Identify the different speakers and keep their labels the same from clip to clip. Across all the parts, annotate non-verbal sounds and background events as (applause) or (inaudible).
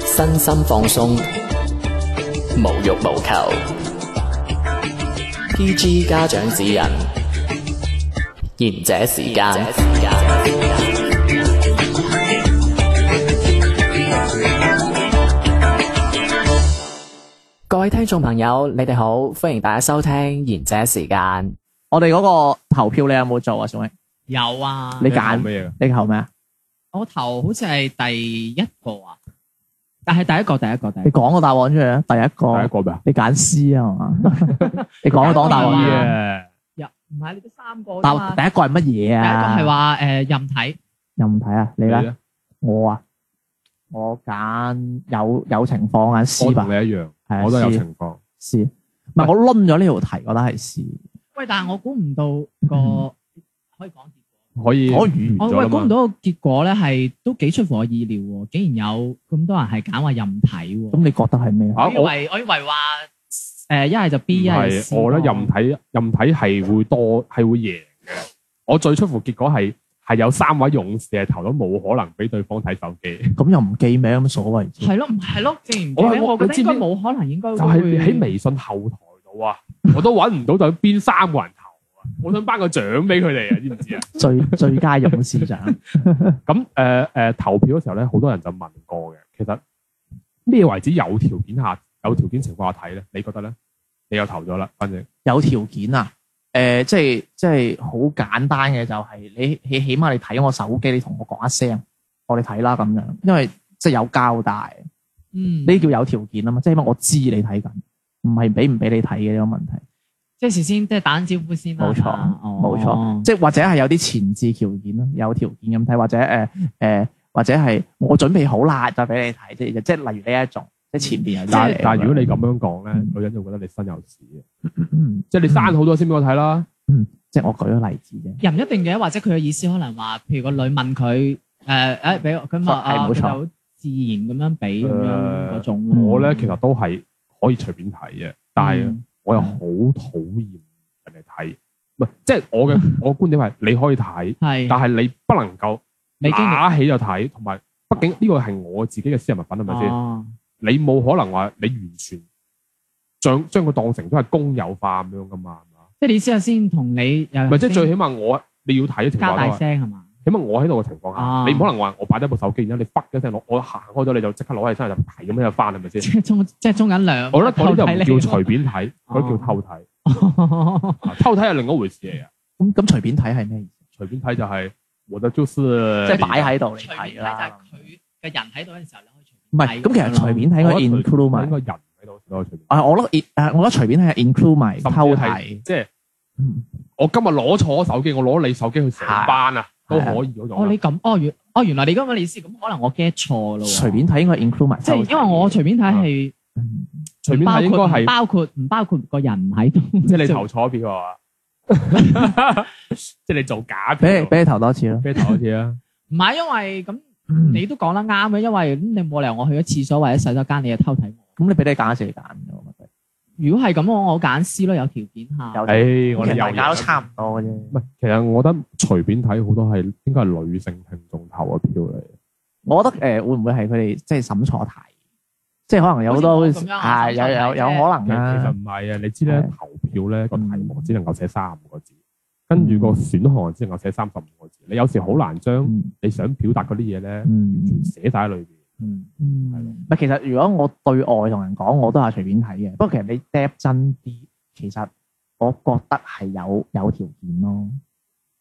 Speaker 1: 身心放鬆，無欲無求。PG 家長指引，賢者時間。各位聽眾朋友，你哋好，歡迎大家收聽賢者時間。我哋嗰個投票你有冇做啊？小明，
Speaker 2: 有啊，
Speaker 1: 你揀
Speaker 3: 咩嘢？
Speaker 1: 你投咩啊？
Speaker 2: 我頭好似係第一個啊，但係第一個，第一個，第一
Speaker 1: 你
Speaker 2: 個，
Speaker 1: 講個答案出嚟啊！第一
Speaker 3: 第一
Speaker 1: 個，
Speaker 3: 個咩啊？
Speaker 1: 你揀 C 啊嘛？ (laughs) 你講個檔答案
Speaker 2: 係
Speaker 1: 出嚟
Speaker 2: 嘛
Speaker 1: 啊
Speaker 3: 耶！
Speaker 2: 又唔係你得三個
Speaker 1: 答
Speaker 2: 啫嘛
Speaker 1: 第一個係乜嘢
Speaker 4: à?
Speaker 2: 第一
Speaker 1: 啊？
Speaker 2: 個係話誒任睇，
Speaker 1: 又唔睇啊？你
Speaker 3: 你
Speaker 1: 咧？？我啊，我揀有有情況
Speaker 4: à?
Speaker 1: 啊
Speaker 3: 我
Speaker 1: C 吧
Speaker 3: 同，你一樣，
Speaker 1: 係啊
Speaker 3: 我都有
Speaker 1: C
Speaker 3: 情況。
Speaker 1: C。唔係我抡咗呢條題，覺得係 C。
Speaker 2: 喂，但係我估唔到個可以講結果。
Speaker 3: 可以
Speaker 1: 可
Speaker 3: 完
Speaker 1: 以
Speaker 2: 我
Speaker 3: 咗
Speaker 2: 喂
Speaker 3: 啦
Speaker 2: 估唔
Speaker 3: 嘛。
Speaker 2: 到個結果咧，係都幾出乎我意料喎！竟然有咁多人係揀話任睇
Speaker 1: 咁
Speaker 2: 喎，
Speaker 1: 你覺得係咩啊？
Speaker 3: 啊，
Speaker 2: 我以
Speaker 3: 我唔
Speaker 2: 為我以為話誒一係就 B 一係
Speaker 3: 係，
Speaker 2: C
Speaker 3: 我覺得
Speaker 2: 咯
Speaker 3: 任睇任睇係會多係會贏嘅。我最出乎結果係係有三位勇士係投咗冇可能俾對方睇手機，
Speaker 1: 咁又唔記名，咁所謂啫。
Speaker 2: 係咯，唔係咯，既然
Speaker 3: 我
Speaker 2: 我
Speaker 3: 我
Speaker 2: 我覺
Speaker 3: 你
Speaker 2: 得
Speaker 3: 知
Speaker 2: 應
Speaker 3: 唔
Speaker 2: 該
Speaker 3: 知
Speaker 2: 冇可能應該
Speaker 3: 就
Speaker 2: 會
Speaker 3: 係喺微信後台度啊，我都揾唔到就邊三個人投啊！我想頒個獎俾佢哋啊，知唔知啊？
Speaker 1: 最最佳勇士獎
Speaker 3: 咁誒誒投票嘅時候咧，好多人就問過嘅，其實咩為止有條件下有條件情況下睇咧？你覺得咧？你又投咗啦，反正
Speaker 1: 有條件啊？誒，即係即係好簡單嘅，就係你你起碼你睇我手機，你同我講一聲，我哋睇啦咁樣，因為即係有交代。
Speaker 2: 嗯
Speaker 1: 呢叫有條件啊嘛，即係因為我知你睇緊，唔係俾唔俾你睇嘅呢個問題，
Speaker 2: 即係事先即係打緊招呼先啦
Speaker 1: 冇錯
Speaker 2: 哦
Speaker 1: 冇錯，即係或者係有啲前置條件咯，有條件咁睇，或者誒誒、呃呃或者係我準備好啦，就俾你睇，即係即係例如呢一種，即係前邊有啲
Speaker 3: 但
Speaker 1: 嘢
Speaker 3: 但係如果你咁樣講咧
Speaker 1: 嗯，
Speaker 3: 女人就覺得你身有屎嘅，
Speaker 1: 嗯
Speaker 3: 即係你生好多先俾我睇啦。
Speaker 1: 即係我舉個例子啫，
Speaker 2: 又唔一定嘅，或者佢嘅意思可能話，譬如個女問佢誒誒，俾我咁話
Speaker 1: 係
Speaker 2: 啊，
Speaker 1: 冇
Speaker 2: 佢
Speaker 1: 錯
Speaker 2: 就好自然咁樣俾咁樣嗰種咯。
Speaker 3: 我咧其實都係可以隨便睇嘅，但係
Speaker 2: 嗯
Speaker 3: 我又好討厭人哋睇，唔係即係我嘅我嘅觀點係你可以睇，但
Speaker 2: 係
Speaker 3: 係你不能夠
Speaker 2: 你經歷
Speaker 3: 拿起就睇，同埋畢竟呢個係我自己嘅私人物品係咪先？
Speaker 2: 哦
Speaker 3: 你冇可能話你完全將將佢當成都係公有化咁樣噶嘛，係嘛？
Speaker 2: 即係你意思係先同你又
Speaker 3: 唔係即係最起碼我你要睇嘅
Speaker 2: 嗯
Speaker 3: 情況
Speaker 2: 加
Speaker 3: 下
Speaker 2: 大
Speaker 3: 都係，
Speaker 2: 聲係嘛？
Speaker 3: 起碼我喺度嘅情況
Speaker 2: 啊
Speaker 3: 下，你唔可能話我擺低部手機，然之後你忽一聲攞，我行開咗你就即刻攞起身就係咁樣就翻係咪先？
Speaker 2: (laughs) 即係中即係中緊兩，
Speaker 3: 我覺得嗰啲就唔叫
Speaker 2: 偷睇
Speaker 3: 隨便睇，
Speaker 2: 哦
Speaker 3: 嗰啲叫偷睇。
Speaker 2: 你
Speaker 3: 啊偷睇係另一回事嚟啊！
Speaker 1: 咁咁隨便睇係咩意思？
Speaker 3: 隨便睇就係我就就是
Speaker 1: 即係擺喺度你
Speaker 2: 隨
Speaker 1: 睇
Speaker 2: 便睇就係
Speaker 1: 啦，
Speaker 2: 佢嘅人喺度嘅時候，
Speaker 1: 唔
Speaker 2: 你可
Speaker 1: 係
Speaker 2: 以隨便睇
Speaker 1: 咁其實隨便睇個
Speaker 3: 我覺得隨
Speaker 1: include
Speaker 3: 應
Speaker 1: 埋，
Speaker 3: 該人喺度先可以隨便。
Speaker 1: 啊我覺得誒我覺得隨便睇係 include 埋
Speaker 3: 甚至
Speaker 1: 偷
Speaker 3: 係
Speaker 1: 睇，
Speaker 3: 即係
Speaker 1: 嗯
Speaker 3: 我今日攞錯手機，我攞你手機去成班啊，都可以嗰種
Speaker 2: 哦
Speaker 3: 啊。
Speaker 2: 你咁哦原哦原來你咁嘅意思，咁可能我 get 錯咯喎。
Speaker 1: 隨便睇應該 include 埋
Speaker 2: 即
Speaker 1: 偷睇，
Speaker 2: 係因為我隨便睇係。
Speaker 1: 嗯
Speaker 3: 啊隨便睇應該係
Speaker 2: 包括唔包括個人喺度，
Speaker 3: 即係你投錯票啊！即係你做假
Speaker 1: 俾
Speaker 3: 票
Speaker 1: 你，俾你投多次咯。
Speaker 3: 俾你投一次 (laughs) 啊！
Speaker 2: 唔係因為咁
Speaker 3: 嗯
Speaker 2: 你都講得啱嘅，因為咁你冇理由我去咗廁所或者洗手間，你就偷睇我。
Speaker 1: 咁你俾你揀自己揀嘅，我覺得。
Speaker 2: 如果係咁，我我揀 C 咯，有條件下。
Speaker 1: 有
Speaker 3: 唉，哎我哋
Speaker 1: 其實
Speaker 3: 又
Speaker 1: 大家都
Speaker 3: 贏
Speaker 1: 差唔多嘅啫。
Speaker 3: 唔係，其實我覺得隨便睇好多係應該係女性聽眾投嘅票嚟。
Speaker 1: 我覺得誒、呃、會唔會係佢哋即係審錯題？即係可能有好
Speaker 2: 好
Speaker 1: 多
Speaker 2: 似我咁樣審
Speaker 1: 啊，
Speaker 2: 錯
Speaker 1: 有有
Speaker 2: 題
Speaker 1: 有
Speaker 2: 啫
Speaker 1: 可能
Speaker 3: 其實
Speaker 1: 啦。
Speaker 3: 唔係啊，你嗯知咧
Speaker 1: 係
Speaker 3: 投票咧個題目只能夠寫三個字，跟住個選項只能夠寫三十五個字。你有時好難將
Speaker 1: 嗯
Speaker 3: 你想表達嗰啲嘢咧
Speaker 1: 嗯
Speaker 3: 寫晒喺裏邊。
Speaker 1: 嗯，
Speaker 2: 嗯，
Speaker 1: 唔係其實如果我對外同人講，我都係隨便睇嘅。不過其實你 d 真啲，其實我覺得係有有條件咯。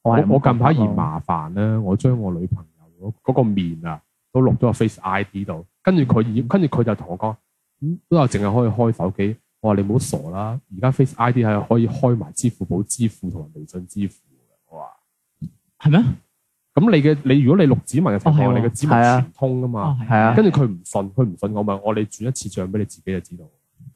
Speaker 1: 我係咁
Speaker 3: 我我近排
Speaker 1: 覺得
Speaker 3: 嫌
Speaker 1: 咯，
Speaker 3: 麻煩咧，我將我女朋友嗰嗰個面啊都錄咗個 Face ID 度，跟住
Speaker 1: 嗯
Speaker 3: 佢已跟住佢就同我講，嗯，都係淨係可以開手機。我話你唔好傻啦，而家 Face ID 係可以開埋支付寶支付同埋微信支付嘅。我話
Speaker 2: 係咩？
Speaker 3: 咁你嘅你如果你錄指紋嘅情況
Speaker 2: 哦係
Speaker 3: 下，
Speaker 2: 喎
Speaker 3: 你嘅指紋
Speaker 1: 係啊
Speaker 3: 全通噶嘛？
Speaker 2: 哦
Speaker 1: 係啊
Speaker 3: 跟住佢唔信，佢唔信我咪我哋轉一次帳俾你自己就知道。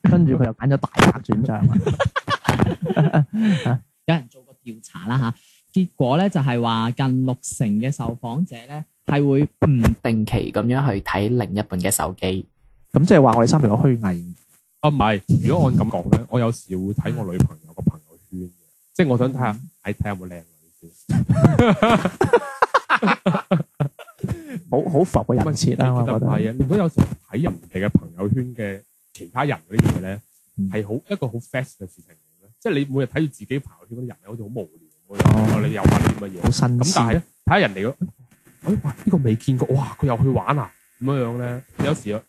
Speaker 1: 跟住佢又揀咗大白轉帳啊 (laughs) 啦。
Speaker 2: 有人做過調查啦吓，結果咧就係話近六成嘅受訪者咧係會唔定期咁樣去睇另一半嘅手機。
Speaker 1: 咁即係話我哋三條友虛偽。
Speaker 3: 啊，唔係，如果按咁講咧，我有時會睇我女朋友個朋友圈嘅，即係我想睇
Speaker 1: 嗯
Speaker 3: 下，睇睇有冇靚女先。
Speaker 1: 好好浮嘅人
Speaker 3: 唔
Speaker 1: 設啦，我
Speaker 3: 其實
Speaker 1: 覺
Speaker 3: 唔係
Speaker 1: 得。
Speaker 3: 啊，你都有時睇人哋嘅朋友圈嘅其他人嗰啲嘢咧，
Speaker 1: 嗯
Speaker 3: 係好一個好 fast 嘅事情嚟嘅，即係你每日睇住自己朋友圈嗰啲人，好似好無聊咁樣，哦你又玩啲咁嘅嘢
Speaker 1: 好。新
Speaker 3: 咁但係
Speaker 1: 鮮，
Speaker 3: 咧，睇下人哋嗰，哎哇呢個未見過，哇佢又去玩啊咁樣樣咧，有時啊，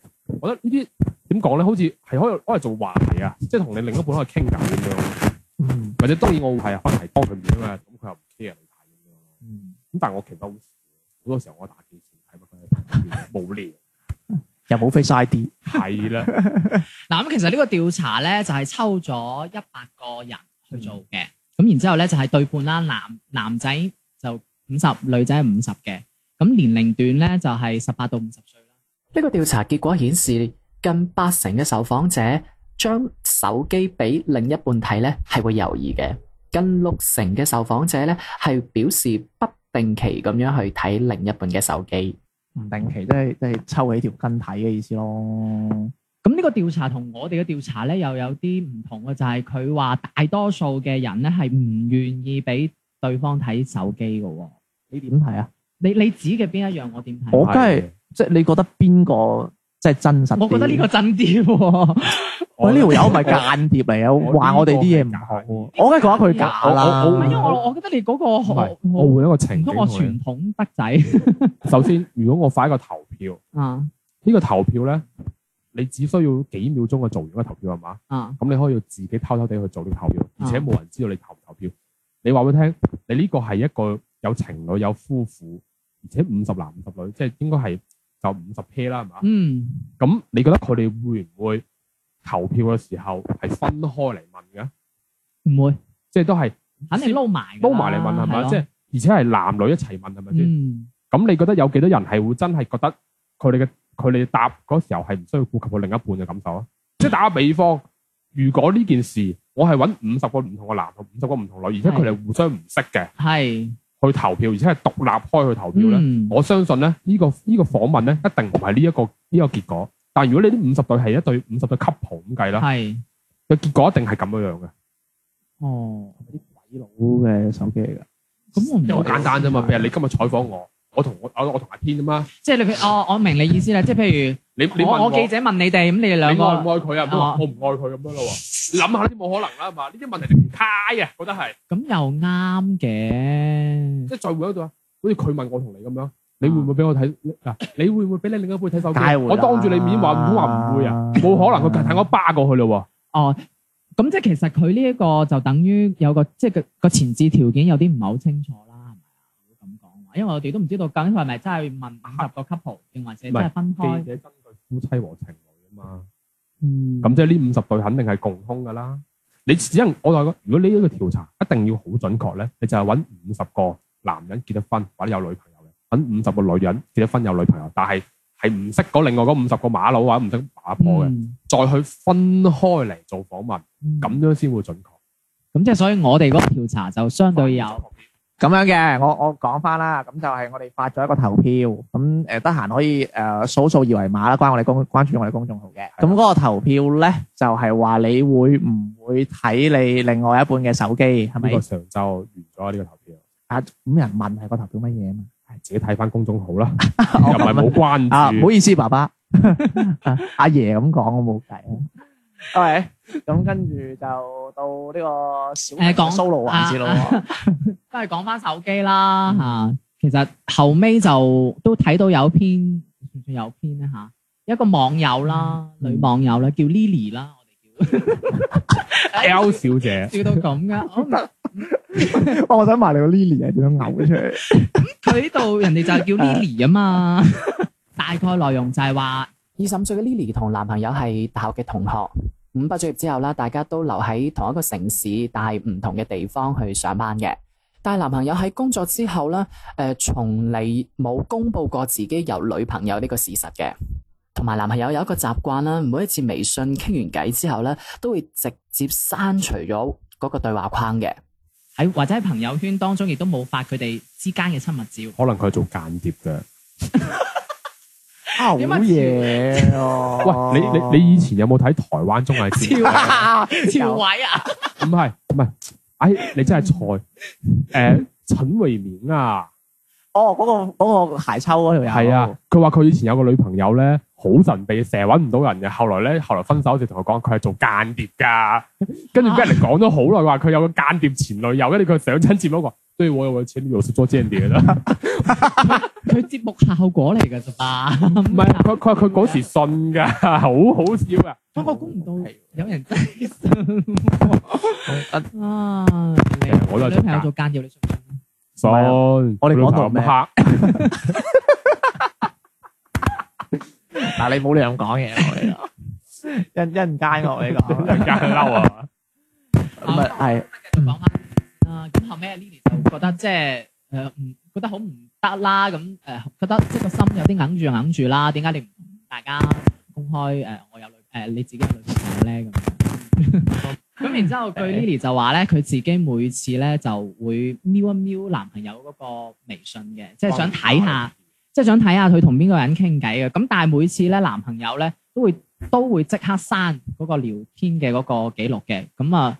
Speaker 3: 我覺得呢啲點講咧，好似係可以攞嚟做話題啊，即係同你另一半可以傾偈咁樣，
Speaker 1: 嗯
Speaker 3: 或者當然我係可能係幫佢面啊嘛，咁佢又唔 care 你睇咁樣咯。
Speaker 1: 嗯，
Speaker 3: 咁但係我其實好少，好多時候我打機前睇乜鬼，無聊
Speaker 1: 又冇 Face ID，
Speaker 3: 係 (laughs) 啦。
Speaker 2: 嗱，咁其實呢個調查咧就係抽咗一百個人去做
Speaker 3: 嗯
Speaker 2: 嘅，嗯咁然之後咧就係對半啦，男男仔就五十，女仔五十嘅，咁年齡段咧就係十八到五十歲啦。
Speaker 4: 呢個調查結果顯示，近八成嘅受訪者將手機俾另一半睇咧係會猶豫嘅，近六成嘅受訪者咧係表示不定期咁樣去睇另一半嘅手機。
Speaker 1: 唔定期，即係即係抽起條筋睇嘅意思咯。
Speaker 2: 咁呢個調查同我哋嘅調查咧又有啲唔同嘅，就係佢話大多數嘅人咧係唔願意俾對方睇手機嘅喎。
Speaker 1: 你點睇啊？
Speaker 2: 你你指嘅邊一樣？我點睇？
Speaker 1: 我梗係即係你覺得邊個即係真實啲？
Speaker 2: 我覺得呢個真啲喎。
Speaker 1: 喂呢條友咪間
Speaker 3: 假，
Speaker 1: 諜嚟
Speaker 3: 我
Speaker 1: 嘅，話我哋啲嘢唔好。我梗係覺得佢假啦。
Speaker 3: 我
Speaker 2: 唔係因為
Speaker 1: 我
Speaker 2: 我我覺得你嗰個
Speaker 3: 唔係
Speaker 2: 好，
Speaker 3: 我
Speaker 2: 唔
Speaker 3: 換一個情景
Speaker 2: 通我
Speaker 3: 同你
Speaker 2: 傳統德仔
Speaker 3: 首先，如果我發一個投票，
Speaker 2: 啊
Speaker 3: 呢個投票咧，你只需要幾秒鐘嘅做完一個投票係嘛？
Speaker 2: 啊
Speaker 3: 咁你可以自己偷偷地去做呢個投票，而且
Speaker 2: 啊
Speaker 3: 冇人知道你投唔投票。你話俾佢聽，你呢個係一個有情侶、有夫婦，而且五十男五十女，即係應該係就五十 pair 啦，係嘛？
Speaker 2: 嗯，
Speaker 3: 咁你覺得佢哋會唔會投票嘅時候係分開嚟問嘅？
Speaker 2: 唔會，
Speaker 3: 即係都係
Speaker 2: 肯定撈埋㗎啦
Speaker 3: 撈埋嚟問係咪？
Speaker 2: 咯
Speaker 3: 即係而且係男女一齊問係咪先？
Speaker 2: 嗯
Speaker 3: 咁你覺得有幾多人係會真係覺得佢哋嘅佢哋答嗰時候係唔需要顧及佢另一半嘅感受啊？即係打個比方，如果呢件事我係揾五十個唔同嘅男同五十個唔同女，而且佢哋互相唔識嘅
Speaker 2: 係
Speaker 3: 去投票，而且係獨立開去投票咧，
Speaker 2: 嗯
Speaker 3: 我相信咧呢、個呢、個訪問咧一定唔係呢一個呢、個結果。但係如果你啲五十對係一對五十對 couple 咁計啦，
Speaker 2: 係
Speaker 3: 個結果一定係咁樣樣嘅，
Speaker 2: 哦，
Speaker 1: 啲鬼佬嘅手機嚟㗎。
Speaker 2: 咁我唔嗯
Speaker 3: 因為好簡單啫嘛。譬如你今日採訪我，我同我我我同阿天啫嘛，
Speaker 2: 即係你譬如哦，我明你意思啦，即係譬如。
Speaker 3: 你你問
Speaker 2: 我我記者問你哋，咁你哋兩
Speaker 3: 你愛唔
Speaker 2: 個哦
Speaker 3: 愛佢啊？唔好話我唔愛佢咁樣咯喎，你諗下呢啲冇可能啦，係嘛？呢啲問題直情卡啊，覺得係
Speaker 2: 咁又啱嘅，
Speaker 3: 即係聚會嗰度啊，好似佢問我同你咁樣，你會唔會俾我睇嗱？你會唔會俾你另一半睇手機啊
Speaker 1: 梗係會？啦
Speaker 3: 我當住你面話唔通話唔會啊？冇可能，佢夾硬我巴過去咯
Speaker 2: 哦。咁即係其實佢呢一個就等於有個即係個個前置條件有啲唔係好清楚啦，係咪啊？如果咁講話，因為我哋都唔知道究竟佢係咪真係問五十個 couple，定或者真係分
Speaker 3: 喎。記
Speaker 2: 開？
Speaker 3: 者針對夫妻和情侶啊嘛，
Speaker 2: 嗯，
Speaker 3: 咁即係呢五十對肯定係共通噶啦。你只能我話過如果呢一個調查一定要好準確咧，你就係揾五十個男人結咗婚或者有女朋友嘅，揾五十個女人結咗婚有女朋友，但係係唔識嗰另外嗰五十個馬佬或者唔識馬婆嘅。
Speaker 2: 嗯
Speaker 3: 再去分開嚟做訪問，
Speaker 2: 嗯
Speaker 3: 咁樣先會準確。
Speaker 2: 咁即係所以我哋嗰個調查就相對有
Speaker 1: 咁樣嘅，我我講翻啦，咁就係我哋發咗一個投票，咁誒得閒可以誒掃掃二維碼啦，關我哋公關注我哋公眾號嘅。咁嗰個投票咧就係話你會唔會睇你另外一半嘅手機係
Speaker 3: 呢
Speaker 1: 咪
Speaker 3: 個？上晝完咗呢個投票，
Speaker 1: 啊，咁人問係個投票乜嘢啊嘛？
Speaker 3: 唉自己睇翻公眾號
Speaker 1: (laughs)
Speaker 3: 啦，又唔係冇關
Speaker 1: 啊，唔
Speaker 3: 注
Speaker 1: 好。意思，爸 (laughs) 爸，啊阿爺咁講我冇計啊。OK，咁跟住就到呢個小
Speaker 2: 誒講
Speaker 1: solo 環節咯喎。
Speaker 2: 都係講翻手機啦嚇、其實後尾就都睇到有篇算唔算有篇咧嚇、一個網友啦，
Speaker 1: 嗯
Speaker 2: 女網友啦，叫 Lily 啦，我哋
Speaker 3: L 小姐，
Speaker 2: 叫笑到咁噶。我唔
Speaker 1: 哇我想埋你個 Lily 係點樣嘔出 (laughs) 嚟？
Speaker 2: 佢呢度人哋就叫 Lily 啊嘛。 (laughs) 大概內容就係話
Speaker 4: 二十五歲嘅 Lily 同男朋友係大學嘅同學，五畢咗業之後啦，大家都留喺同一個城市，但係唔同嘅地方去上班嘅。但係男朋友喺工作之後咧，誒、從嚟冇公佈過自己有女朋友呢個事實嘅。同埋男朋友有一個習慣啦，每一次微信傾完偈之後咧，都會直接刪除咗嗰個對話框嘅。
Speaker 2: 喺或者喺朋友圈當中，亦都冇發佢哋之間嘅親密照。
Speaker 3: 可能佢係做間諜嘅。
Speaker 1: 啊好
Speaker 2: 點解
Speaker 1: 嘢啊喎！
Speaker 3: 喂，你你你以
Speaker 1: (laughs)
Speaker 3: 前有冇睇台灣綜藝節目？
Speaker 2: 朝偉啊，
Speaker 3: 唔哎
Speaker 2: (laughs)
Speaker 3: 係唔係，唉，你真係菜。誒，陳慧敏啊，
Speaker 1: 哦，嗰個嗰個鞋抽嗰條友
Speaker 3: 係
Speaker 1: (laughs)
Speaker 3: 啊，佢話佢以前有個女朋友咧，好神秘，成日揾唔到人嘅。後來咧，後來分手，就同佢講佢係做間諜㗎。 (laughs)
Speaker 2: 啊
Speaker 3: 跟住俾人哋講咗好耐，話佢有個間諜前女友，跟住佢上親節目話：對我有個前女友是做間諜的。
Speaker 2: (laughs) 佢節目效果嚟㗎咋嘛？
Speaker 3: 唔係，佢佢話佢嗰時信㗎， (laughs) 好好笑啊！
Speaker 2: 不過估唔到有人真係
Speaker 1: 啊
Speaker 2: 信啊！你
Speaker 3: 我都係做
Speaker 2: 女朋友做間諜，你信唔信？
Speaker 3: 信
Speaker 1: 係啊我哋講到咩
Speaker 3: 黑，
Speaker 1: 嗱，你冇理咁講嘢，我哋 (laughs) 一一陣間我哋
Speaker 3: 突然
Speaker 1: 講，
Speaker 3: 間嬲啊！
Speaker 1: (laughs) 唔係係
Speaker 2: 講翻啊，咁後尾阿 Lily 就覺得即係誒唔覺得好唔得啦，咁誒、呃、覺得即係個心有啲揞住揞住啦，點解你唔同大家公開誒、呃我有女誒、呃你自己有女朋友咧咁樣？咁然之後，據 Lily 就話咧，佢自己每次咧就會瞄一瞄男朋友嗰個微信嘅，即係想睇下，即係想睇下佢同邊個人傾偈嘅。咁但係每次咧，男朋友咧都會
Speaker 3: 嗯
Speaker 2: 都會即刻刪嗰個聊天嘅嗰個記錄嘅。咁啊，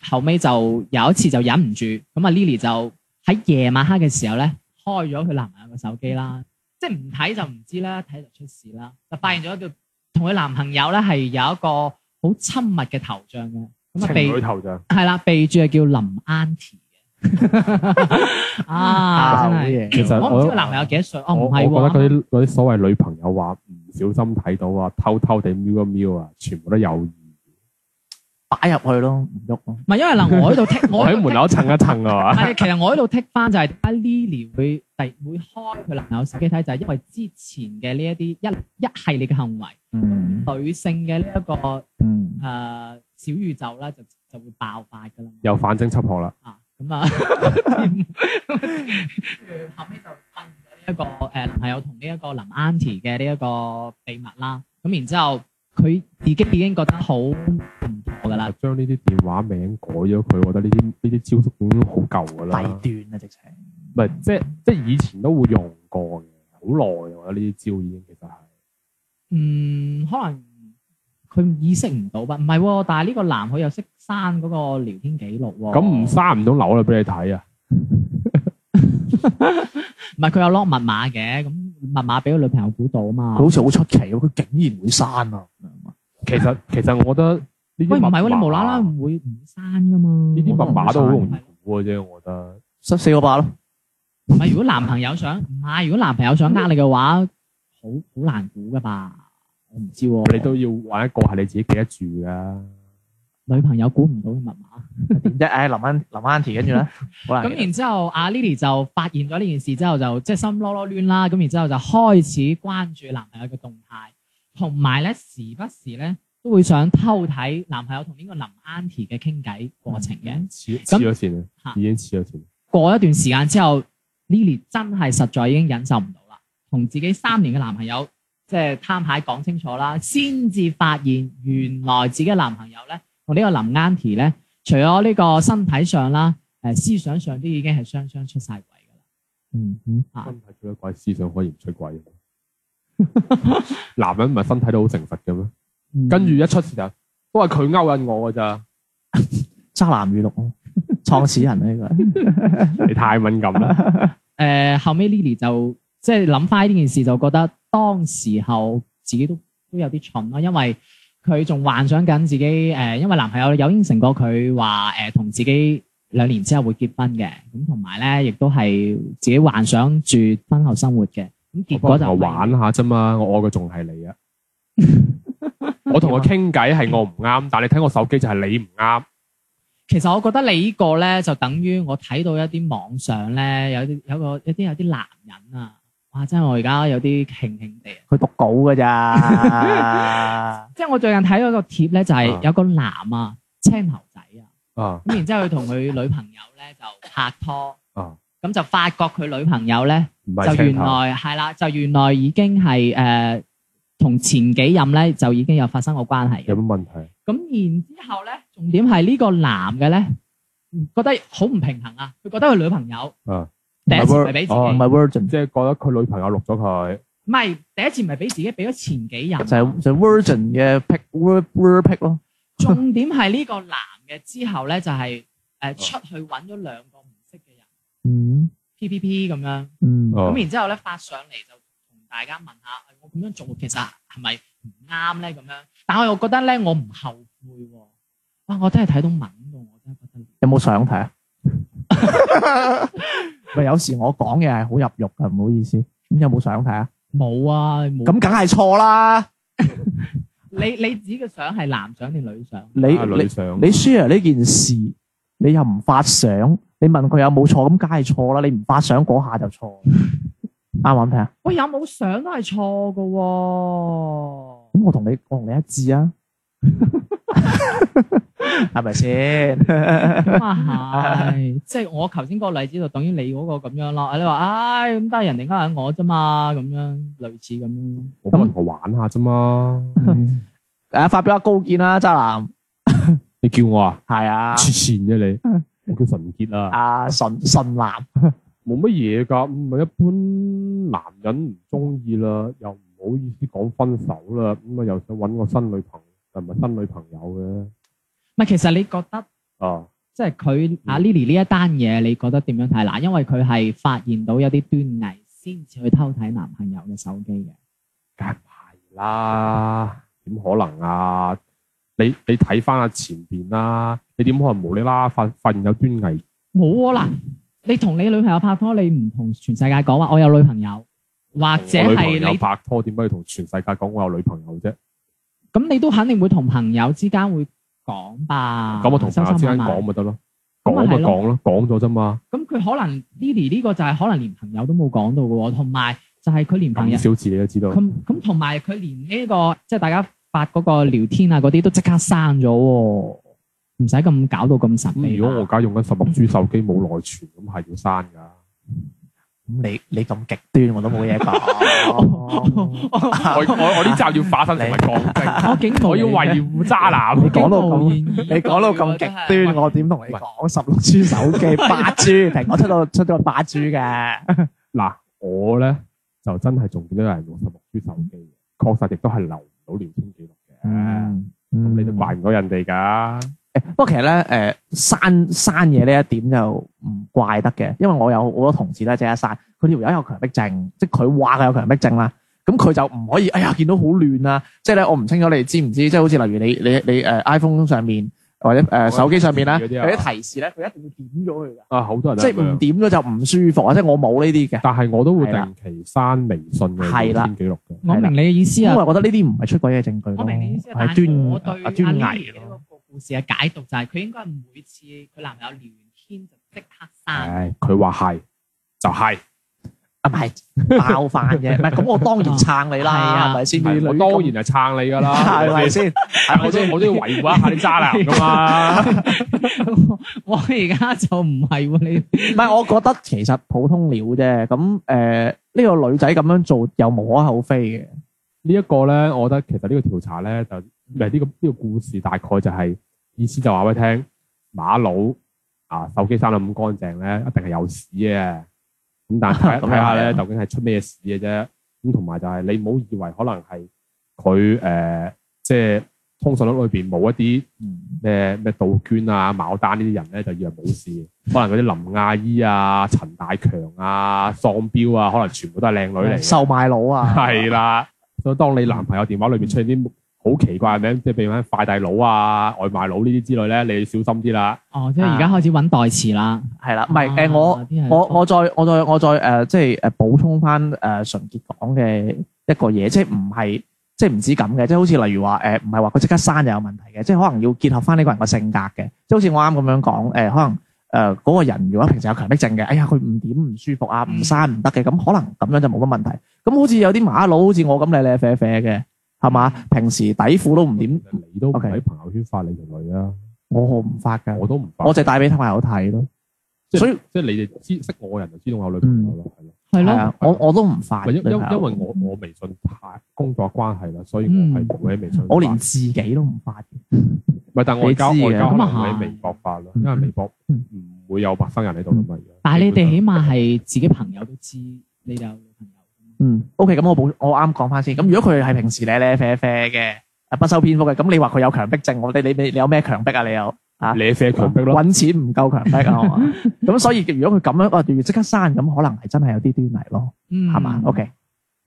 Speaker 2: 後尾就有一次就忍唔住，咁啊 Lily 就喺夜晚黑嘅時候咧，開咗佢男朋友嘅手機
Speaker 3: 嗯
Speaker 2: 啦，即係唔睇就唔知啦，睇就出事啦，就發現咗佢同佢男朋友咧係有一個好親密嘅頭像嘅，咁啊
Speaker 3: 情
Speaker 2: 被
Speaker 3: 侶頭像，
Speaker 2: 係啦，備注係叫林 Auntie 嘅， (laughs)
Speaker 3: (laughs)
Speaker 2: 啊
Speaker 1: 啊
Speaker 2: 真
Speaker 1: 好
Speaker 2: 係。
Speaker 1: 嘢
Speaker 3: 其實
Speaker 2: 我唔知佢男朋友幾多歲，哦
Speaker 3: 我
Speaker 2: 唔
Speaker 3: 我
Speaker 2: 係
Speaker 3: 覺
Speaker 2: 喎，
Speaker 3: 得嗰啲嗰啲所謂女朋友話唔小心睇到啊，偷偷地瞄一瞄啊，全部都有意。
Speaker 1: 擺入去咯，唔喐咯。
Speaker 2: 唔係因為嗱，我喺度剔，
Speaker 3: 我
Speaker 2: 我
Speaker 3: 喺
Speaker 2: 度
Speaker 3: 門
Speaker 2: 剔
Speaker 3: 口蹭一蹭
Speaker 2: (laughs)
Speaker 3: 啊嘛，
Speaker 2: 係，其實我喺度剔翻就係阿 Lily 會第會開佢男朋友手機睇，就係因為之前嘅呢一啲一一系列嘅行為，
Speaker 1: 嗯
Speaker 2: 女性嘅呢一個誒、
Speaker 1: 嗯，
Speaker 2: 呃小宇宙啦，就就會爆發㗎啦
Speaker 3: 又反偵緝學啦。
Speaker 2: 啊，咁啊，跟住後尾就分咗呢一個誒男朋友同呢一個林 Auntie 嘅呢一個秘密啦。咁然之後佢自己已經覺得好唔妥㗎啦。
Speaker 3: 將呢啲電話名改咗佢，我覺得呢啲呢啲招式已經好舊噶啦。
Speaker 1: 低端啊，直情。
Speaker 3: 唔係即係即係以前都會用過嘅，好耐我覺得呢啲招已經其實係。
Speaker 2: 哦嗯，可能佢意識唔到吧？唔係喎，但係呢個男佢又識刪嗰個聊天記錄喎。
Speaker 3: 咁唔刪唔到樓啦，俾你睇啊！
Speaker 2: 唔係佢有 lock 密碼嘅，咁密碼俾佢女朋友估到啊嘛
Speaker 1: 佢。好似好出奇喎，佢竟然會刪啊！
Speaker 3: 其實其實我覺得呢啲
Speaker 2: 喂，唔係
Speaker 3: 密
Speaker 2: 喎，
Speaker 3: 碼
Speaker 2: 你無啦啦唔會唔刪噶嘛？
Speaker 3: 呢啲密碼都好容易估嘅啫，我覺
Speaker 2: 哦
Speaker 3: 得。
Speaker 1: 十四個八咯，
Speaker 2: 唔係，如果男朋友想唔係，如果男朋友想呃你嘅話，好好難估噶吧？我唔知喎，
Speaker 3: 你都要玩一個係你自己記得住噶。
Speaker 2: 女朋友估唔到嘅密碼。
Speaker 1: 點啫？唉，林安林安 T，跟住咧，好難
Speaker 2: 咁
Speaker 1: 記得。
Speaker 2: 然之後，阿 Lily 就發現咗呢件事之後，就即係心囉囉攣啦。咁然之後就開始關注男朋友嘅動態，同埋咧時不時咧都會想偷睇男朋友同呢個林 Auntie 嘅傾偈過程嘅。
Speaker 3: 黐黐
Speaker 2: 咁
Speaker 3: 咗線啊
Speaker 2: 嚇！
Speaker 3: 已經黐咗線。
Speaker 2: 過一段時間之後，Lily 真係實在已經忍受唔到啦，同自己三年嘅男朋友即係攤牌講清楚啦，先至發現原來自己嘅男朋友咧同呢個林 Auntie 咧，除咗呢個身體上啦，誒、思想上都已經係雙雙出晒軌㗎啦。
Speaker 1: 嗯嗯，
Speaker 2: 啊
Speaker 3: 身體出咗軌，思想可以唔出軌嘅咩。男人唔係身體都好誠實嘅咩？跟住一出事就都係佢勾引我㗎咋。
Speaker 1: 渣男語錄咯，創始人啊呢個。
Speaker 3: 你太敏感啦。
Speaker 2: 誒、呃後尾 Lily 就即係諗翻呢件事，就覺得當時候自己都都有啲蠢咯，因為佢仲幻想緊自己誒、因為男朋友有應承過佢話誒同自己兩年之後會結婚嘅，咁同埋咧亦都係自己幻想住婚後生活嘅，咁 (laughs) 結
Speaker 3: 我
Speaker 2: 果就
Speaker 3: 嗯同我玩下啫嘛，我愛嘅仲係
Speaker 2: (laughs)
Speaker 3: 你啊！我同佢傾偈係我唔啱，但你睇我手機就係你唔啱。
Speaker 2: 其實我覺得你呢個咧就等於我睇到一啲網上咧有啲有個有啲有啲男人啊，哇！真係我而家有啲興興地啊〜？
Speaker 1: 佢讀稿噶咋
Speaker 2: 即係我最近睇到個貼咧，就
Speaker 3: 啊
Speaker 2: 係有個男啊，青頭仔啊，
Speaker 3: 啊
Speaker 2: 咁然之後佢同佢女朋友咧就拍拖，
Speaker 3: 啊，
Speaker 2: 咁就發覺佢女朋友咧
Speaker 3: 唔
Speaker 2: 就
Speaker 3: 係
Speaker 2: 原
Speaker 3: 青頭，
Speaker 2: 來係啦，就原來已經係誒同前幾任咧就已經有發生過關係嘅
Speaker 3: 有。乜問題？
Speaker 2: 咁然之後咧，重點係呢個男嘅咧覺得好唔平衡啊，佢覺得佢女朋友
Speaker 3: 啊
Speaker 2: 第一次
Speaker 1: 唔係
Speaker 2: 唔係俾自
Speaker 1: 唔
Speaker 2: 己，
Speaker 1: 係 ờ, virgin，
Speaker 3: 即係覺得佢女朋友錄咗佢，
Speaker 2: 唔係第一次唔係俾自己，俾咗前幾任啊。
Speaker 1: 就係就係 virgin 嘅 pick，vir vir pick 咯。
Speaker 2: 重點係呢呃個男嘅之後咧，就係、誒、出去揾咗兩個唔識嘅人，
Speaker 1: 嗯，
Speaker 2: P P P 咁樣。
Speaker 1: 嗯，
Speaker 3: 哦
Speaker 2: 咁然之後咧發上嚟就同大家問下，哎我咁樣做其實係咪唔啱咧？咁樣，但我又覺得咧，我唔後悔喎。哇！我真係睇到文喎，我真係覺得
Speaker 1: 有冇相睇 (laughs) 啊？喂，有時我講嘢係好入肉噶，唔好意思。咁有冇相睇啊？
Speaker 2: 冇啊，冇。
Speaker 1: 咁梗係錯啦！
Speaker 2: 你你指嘅相係男相定女相？
Speaker 1: 你
Speaker 3: 啊
Speaker 1: 你
Speaker 3: 女相
Speaker 1: 你 share 呢件事，你又唔發相，你問佢有冇錯，咁梗係錯啦。你唔發相嗰下就錯，啱唔啱聽啊？
Speaker 2: 喂，有冇相都係錯嘅喎。
Speaker 1: 咁我同你我同你一致啊， (laughs) 係咪 (laughs) 先？
Speaker 2: 咁 (laughs) 啊係，即係我頭先嗰個例子就等於你嗰個咁樣咯。你話唉咁，但係人哋呃緊我啫嘛，咁樣類似咁樣咯。
Speaker 3: 我幫人我玩下啫嘛，
Speaker 2: 啊
Speaker 1: 誒，啊發表下高見啦，渣男，
Speaker 3: 你叫我啊，
Speaker 1: 係啊，
Speaker 3: 黐線嘅
Speaker 2: (laughs)
Speaker 3: 你，我叫神傑啊，
Speaker 1: 啊神神男，
Speaker 3: 冇乜嘢㗎，唔係一般男人唔中意啦，又唔好意思講分手啦，咁啊又想揾個新女朋友，唔係新女朋友嘅，
Speaker 2: 唔係，其實你覺得？
Speaker 3: 啊，
Speaker 2: 即係佢阿 Lily 呢一單嘢，你覺得點樣睇？嗱，因為佢係發現到有啲端倪，先至去偷睇男朋友嘅手機嘅。
Speaker 3: 梗係啦，點可能啊？你你睇翻下前邊啦，你點可能無理啦發發現有端倪？
Speaker 2: 冇啊！嗱，
Speaker 3: 嗯
Speaker 2: 你同你女朋友拍拖，你唔同全世界講話我有女朋友，或者
Speaker 3: 我女朋
Speaker 2: 係
Speaker 3: 友
Speaker 2: 你
Speaker 3: 拍拖，點解要同全世界講我有女朋友啫？
Speaker 2: 咁，你都肯定會同朋友之間會講吧？
Speaker 3: 咁我同朋友之間講
Speaker 2: 啊收收埋埋。
Speaker 3: 咪得咯，
Speaker 2: 咁咪係
Speaker 3: 講咪
Speaker 2: 咯
Speaker 3: 講咯，講咗啫嘛，
Speaker 2: 咁佢可能 Lily 呢個就係可能連朋友都冇講到嘅喎，同埋就係佢連朋
Speaker 3: 咁
Speaker 2: 友。
Speaker 3: 小字你都知道。
Speaker 2: 咁咁同埋佢連呢、個即係大家發嗰個聊天啊嗰啲都即刻刪咗喎，唔使咁搞到咁神秘
Speaker 3: 咁如
Speaker 2: 啦。
Speaker 3: 果我而家用緊十六 G 手機冇內存，咁係要刪㗎。
Speaker 1: 咁你你咁極端，我都冇嘢 (laughs) 講。
Speaker 3: (laughs) 我我我呢集要化身成為鋼
Speaker 1: 哎
Speaker 2: 我
Speaker 3: 精，
Speaker 2: 竟
Speaker 3: (laughs) 我要
Speaker 2: 為
Speaker 3: 維護渣 (laughs) 男。
Speaker 1: 你講到咁
Speaker 2: 你
Speaker 1: 你講到咁極端，我點同你
Speaker 3: 喂
Speaker 1: 講？十六 G 手 (laughs) 機八 G，停，我出到出到八 G 嘅。
Speaker 3: 嗱，我咧就真係仲見到有人用十六 G 手機嘅，確實亦都係留唔到聊天記錄
Speaker 1: 嗯
Speaker 3: 嘅。咁你都怪唔到人哋㗎。
Speaker 1: 不過其實呃咧，誒、刪刪嘢呢一點就唔怪得嘅，因為我有好多同事咧，即刻刪，佢條友有強迫症，即係佢話佢有強迫症啦。咁佢就唔可以，哎呀，見到好亂啊！即係咧，我唔清楚你知唔知，即係好似例如你你你誒、iPhone 呃上面或者誒、呃手機上面咧，
Speaker 3: 嗰啲
Speaker 1: 有
Speaker 3: 啊
Speaker 1: 啲提示咧，佢一定要點咗佢㗎，
Speaker 3: 啊，好多人
Speaker 1: 即係唔
Speaker 3: 係咁樣，
Speaker 1: 點咗就唔舒服啊！即係我冇呢啲嘅，
Speaker 3: 但係我都會
Speaker 1: 係啦
Speaker 3: 定期刪微信嘅
Speaker 1: 係
Speaker 3: 聊
Speaker 1: 啦
Speaker 3: 天記錄嘅。
Speaker 2: 我明你嘅意思
Speaker 1: 因為
Speaker 2: 啊，
Speaker 1: 我覺得呢啲唔係出軌嘅證據
Speaker 2: 我
Speaker 1: 咯，
Speaker 2: 明你嘅意思啊，但
Speaker 1: 係
Speaker 2: 係我
Speaker 1: 端啊
Speaker 2: 對
Speaker 1: 端
Speaker 2: 阿
Speaker 1: 倪
Speaker 2: Lily 嘅嗰個故事嘅解讀就係佢應該係每次佢男朋友聊完天就即刻
Speaker 1: 啊
Speaker 2: 刪。
Speaker 3: 唉，佢話係就係。
Speaker 1: 啊，唔係爆飯嘅，唔係咁我當然撐你
Speaker 2: (laughs) 係
Speaker 1: 啦，
Speaker 2: 啊
Speaker 1: 係咪先？
Speaker 3: 係我
Speaker 1: 女
Speaker 3: 當
Speaker 1: 咁
Speaker 3: 然係撐你㗎啦，
Speaker 1: (laughs) 係咪
Speaker 3: 咪先？
Speaker 1: 先？
Speaker 3: 但係我都我都要維護一下啲渣男㗎嘛。
Speaker 2: (laughs) 我而家就唔係喎，你
Speaker 1: 唔係，我覺得其實普通料啫。咁誒，呢個女仔咁樣做又無可厚非嘅。
Speaker 3: 呢一個咧，我覺得其實呢個調查咧，就唔係呢個呢、個故事大概就係、意思就話俾你聽，馬佬啊手機生得咁乾淨咧，一定係有屎嘅。咁但係睇
Speaker 1: 咁又
Speaker 3: 睇下咧，
Speaker 1: 係
Speaker 3: 究竟係出咩事嘅啫。咁同埋就係你唔好以為可能係佢誒，即係通訊錄裏邊冇一啲嗯咩咩杜鹃啊、牡丹呢啲人咧，就以為冇事。可能嗰啲林亞依啊、陳大強啊、喪彪啊，可能全部都係靚女嚟嘅。
Speaker 1: 售賣佬啊，
Speaker 3: 係啦，所以當你男朋友電話裏面出現啲好奇怪嘅名，即係譬如咩快遞佬啊、外賣佬呢啲之類咧，你要小心啲啦。
Speaker 2: 哦，即係而家
Speaker 1: 啊
Speaker 2: 開始揾代詞啦。
Speaker 1: 係啦，唔係
Speaker 2: 啊
Speaker 1: 誒，我
Speaker 2: 啲
Speaker 3: 嗯
Speaker 2: 係
Speaker 1: 我我再我再我再誒，即係誒補充翻誒純潔講嘅一個嘢，即係唔係即係唔止咁嘅，即係好似例如話誒，唔係話佢即刻刪就有問題嘅，即係可能要結合翻呢個人個性格嘅，即係好似我啱咁樣講誒，可能。誒嗰、個人如果平時有強迫症嘅，哎呀佢唔點唔舒服啊，
Speaker 3: 嗯
Speaker 1: 唔刪唔得嘅，咁可能咁樣就冇乜問題。咁好似有啲馬佬好似我咁靚靚啡啡嘅，係嘛？
Speaker 3: 嗯
Speaker 1: 平時底褲都唔點，
Speaker 3: 你都唔
Speaker 1: OK
Speaker 3: 喺朋友圈發你條女啊，
Speaker 1: 我唔發㗎，
Speaker 3: 我都唔發。
Speaker 1: 我就帶俾朋友睇咯。
Speaker 3: 即係
Speaker 1: 所以
Speaker 3: 即係你哋知識我嘅人就知道我有女朋友咯，係咯。
Speaker 2: 係
Speaker 1: 係
Speaker 2: 咯，
Speaker 1: 啊，我我都唔發
Speaker 3: 因因
Speaker 1: 女朋
Speaker 3: 因
Speaker 1: 友。
Speaker 3: 為我我微信太工作關係啦，所以我係唔會喺微信發。
Speaker 1: 嗯我連自己都唔發嘅，
Speaker 3: 唔係，但係我而家我
Speaker 1: 你知嘅
Speaker 3: 而家可
Speaker 2: 咁
Speaker 3: 能
Speaker 2: 啊係
Speaker 3: 喺微博發咯，
Speaker 1: 嗯
Speaker 3: 因為微博
Speaker 1: 嗯
Speaker 3: 唔會有陌生人喺度咁嘛。
Speaker 2: 但係你哋
Speaker 3: 基
Speaker 2: 起碼係自己朋友都知你哋有女朋友。
Speaker 1: 嗯，OK，咁我補，我啱講翻先。咁如果佢係平時咧咧啡啡嘅，啊不修邊幅嘅，咁你話佢有強迫症，我哋你你你有咩強迫啊？你有啊
Speaker 3: 你射強迫咯，
Speaker 1: 揾錢唔夠強迫啊
Speaker 3: (laughs)
Speaker 1: 係嘛，咁所以如果佢咁樣，我要即刻刪，咁可能係真係有啲端倪咯，係
Speaker 2: 係
Speaker 3: 嗯
Speaker 1: 嘛？OK，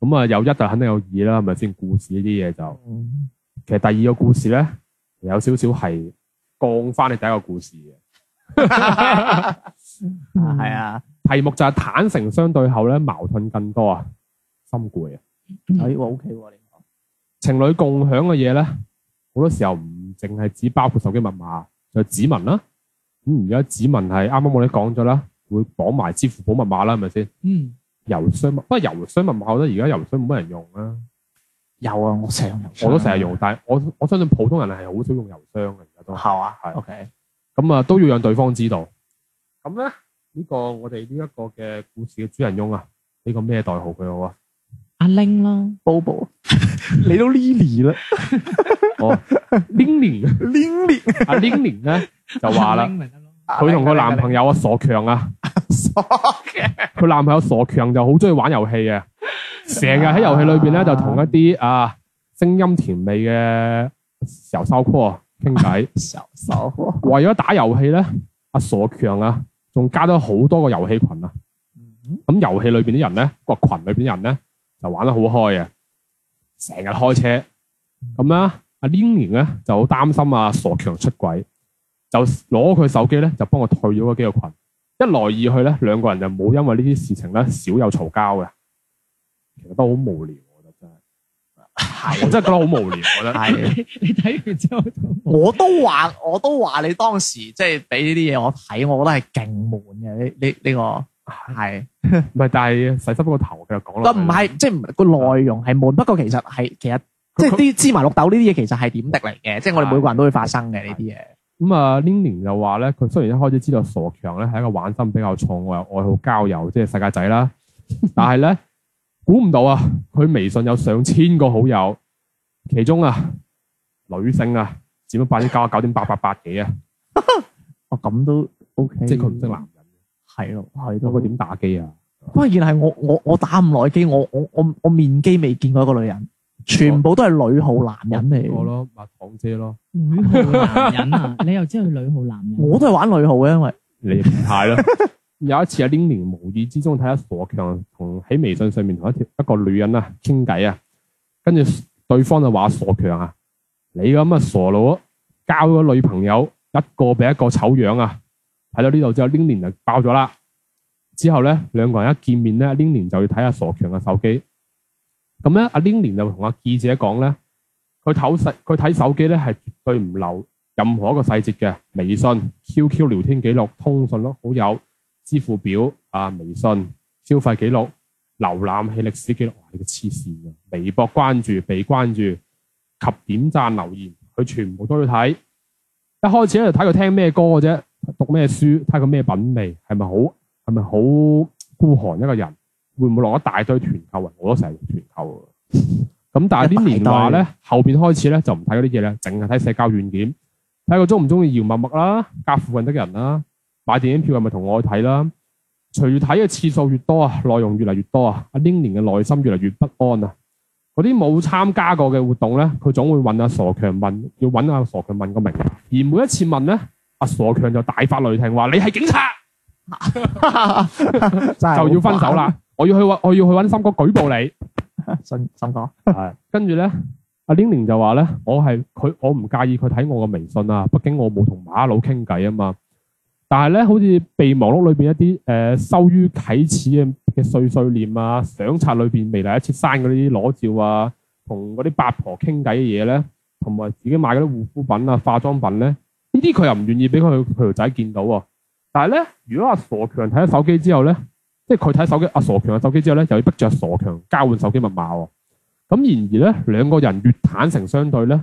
Speaker 3: 咁啊有一就肯定有二啦，係咪先？故事呢啲嘢就
Speaker 1: 嗯
Speaker 3: 其實第二個故事咧有少少係降翻你第一個故事嘅。
Speaker 1: 啊係啊，
Speaker 3: 題目就係坦誠相對後咧，矛盾更多啊，心攰啊。
Speaker 1: 哎喎 OK 喎，你
Speaker 3: 情侶共享嘅嘢咧，好多時候唔淨係只包括手機密碼，就指紋啦。咁而家指紋係啱啱我哋講咗啦，會綁埋支付寶密碼啦，係咪先？
Speaker 2: 嗯，
Speaker 3: 郵箱密，不過郵箱密碼我覺得而家郵箱冇乜人用啦，
Speaker 1: 有啊，我成日
Speaker 3: 我都成日用，但係我我相信普通人係好少用郵箱嘅，而家都
Speaker 1: 係啊
Speaker 3: 係
Speaker 1: ，OK，
Speaker 3: 咁啊，都要讓對方知道。咁咧，呢、個我哋呢一個嘅故事嘅主人翁啊，呢、個咩代號佢好啊？
Speaker 2: 阿 Ling 啦，，
Speaker 3: (laughs)
Speaker 1: Bobo，你都 Lily 啦
Speaker 3: 哦，Lingling
Speaker 1: ，Lily，
Speaker 3: 啊，Lingling (laughs) 咧就話
Speaker 2: (laughs)
Speaker 3: 啦
Speaker 2: 咪得咯，
Speaker 3: 佢同佢男朋友啊傻強啊，
Speaker 1: (laughs) 傻嘅，
Speaker 3: 佢男朋友傻強就好中意玩遊戲嘅，成日喺遊戲裏邊咧就同一啲啊聲音甜美嘅小騷哥傾偈。
Speaker 1: 手手，
Speaker 3: 為咗打遊戲咧，阿傻強啊，仲加咗好多個遊戲群啊。
Speaker 1: 嗯
Speaker 3: 咁遊戲裏邊啲人咧，個群裏邊啲人咧就玩得好開嘅，成日開車。
Speaker 1: 嗯
Speaker 3: 咁啦，阿 l i n 咧就好擔心阿傻強出軌，就攞佢手機咧就幫我退咗嗰幾個群。一來二去咧，兩個人就冇因為呢啲事情咧少有嘈交嘅。其實都好無聊，我覺得真
Speaker 1: (laughs)
Speaker 3: 係，我真係覺得好無聊，我覺得。
Speaker 1: 係。
Speaker 2: 你睇完之後都
Speaker 1: 我都話，我都話你當時即係俾呢啲嘢我睇，我覺得係勁悶嘅。呢呢呢個係，
Speaker 3: 唔係，但係洗濕個頭佢就講啦。
Speaker 1: 但唔係即係唔個內容係悶，不過其實係其實即係啲芝麻綠豆呢啲嘢其實係點滴嚟嘅，即係我哋每個人都會發生嘅呢啲嘢。
Speaker 3: 咁啊 l i n n 就話咧，佢雖然一開始知道傻強咧係一個玩心比較重，又愛好交友，即係世界仔啦，
Speaker 1: (laughs)
Speaker 3: 但係咧估唔到啊，佢微信有上千個好友，其中啊女性啊佔咗百分之九十九點八八八幾啊，
Speaker 1: 哦，咁都 OK，
Speaker 3: 即係佢唔識男人，
Speaker 1: 係咯，
Speaker 3: 咁
Speaker 1: 係咯。
Speaker 3: 佢點打機啊？
Speaker 1: 關鍵係我我我打唔耐機，我我我我面基未見過一個女人，全部都係女號男人
Speaker 3: 我
Speaker 1: 嚟。
Speaker 3: 咯，蜜糖姐咯，
Speaker 2: 女號男人啊，你又知道佢女號男人，
Speaker 1: 我都係玩女號嘅，
Speaker 3: (laughs)
Speaker 1: 因為 (laughs)
Speaker 3: 你變態啦！ (laughs) 有一次啊 l i n n 無意之中睇下傻強同喺微信上面同一條一個女人啊傾偈啊，跟住對方就話傻強啊，你咁啊傻佬交咗女朋友一個比一個醜樣啊！睇到呢度之後 l i n n 就爆咗啦。之後咧兩個人一見面咧 l i n n 就要睇下傻強嘅手機。咁咧阿 l i n n 就同阿記者講咧，佢睇手佢睇手機咧係絕對唔留任何一個細節嘅，微信、QQ 聊天記錄、通訊錄好友、支付表啊、微信消費記錄、瀏覽器歷史記錄，哇！你個黐線嘅，微博關注、被關注及點讚留言，佢全部都要睇。一開始咧就睇佢聽咩歌嘅啫，讀咩書，睇佢咩品味，係咪好係咪好孤寒一個人？會唔會落一大堆團購啊？我都成日用團購㗎咁但係啲年華咧，後邊開始咧就唔睇嗰啲嘢咧，淨係睇社交軟件，睇佢中唔中意姚默默啦，隔附近的人啦，買電影票係咪同我去睇啦？隨住睇嘅次數越多啊，內容越嚟越多啊，阿 l i n 嘅內心越嚟越不安啊！嗰啲冇參加過嘅活動咧，佢總會問阿傻強問，要揾阿傻強問個名，而每一次問咧，阿傻強就大發雷霆話：你係警察！
Speaker 1: 就
Speaker 3: 就要分手。啦！我要去揾，我要去揾森哥舉報你。
Speaker 1: 信心講，
Speaker 3: 係跟住咧，阿 Ling Ling 就話咧，我係佢，我唔介意佢睇我個微信啊，畢竟我冇同馬佬傾偈啊嘛。但係咧，好似備忘錄裏邊一啲誒、呃、羞於啟齒嘅嘅碎碎念啊，相冊裏邊未嚟一切刪嗰啲裸照啊，同嗰啲八婆傾偈嘅嘢咧，同埋自己買嗰啲護膚品啊、化妝品咧，呢啲佢又唔願意俾佢佢條仔見到喎、但係咧，如果阿傻強睇咗手機之後咧，即係佢睇手機阿傻強嘅手機之後咧，又要逼住阿傻強交換手機密碼喎、咁然而咧，兩個人越坦誠相對咧，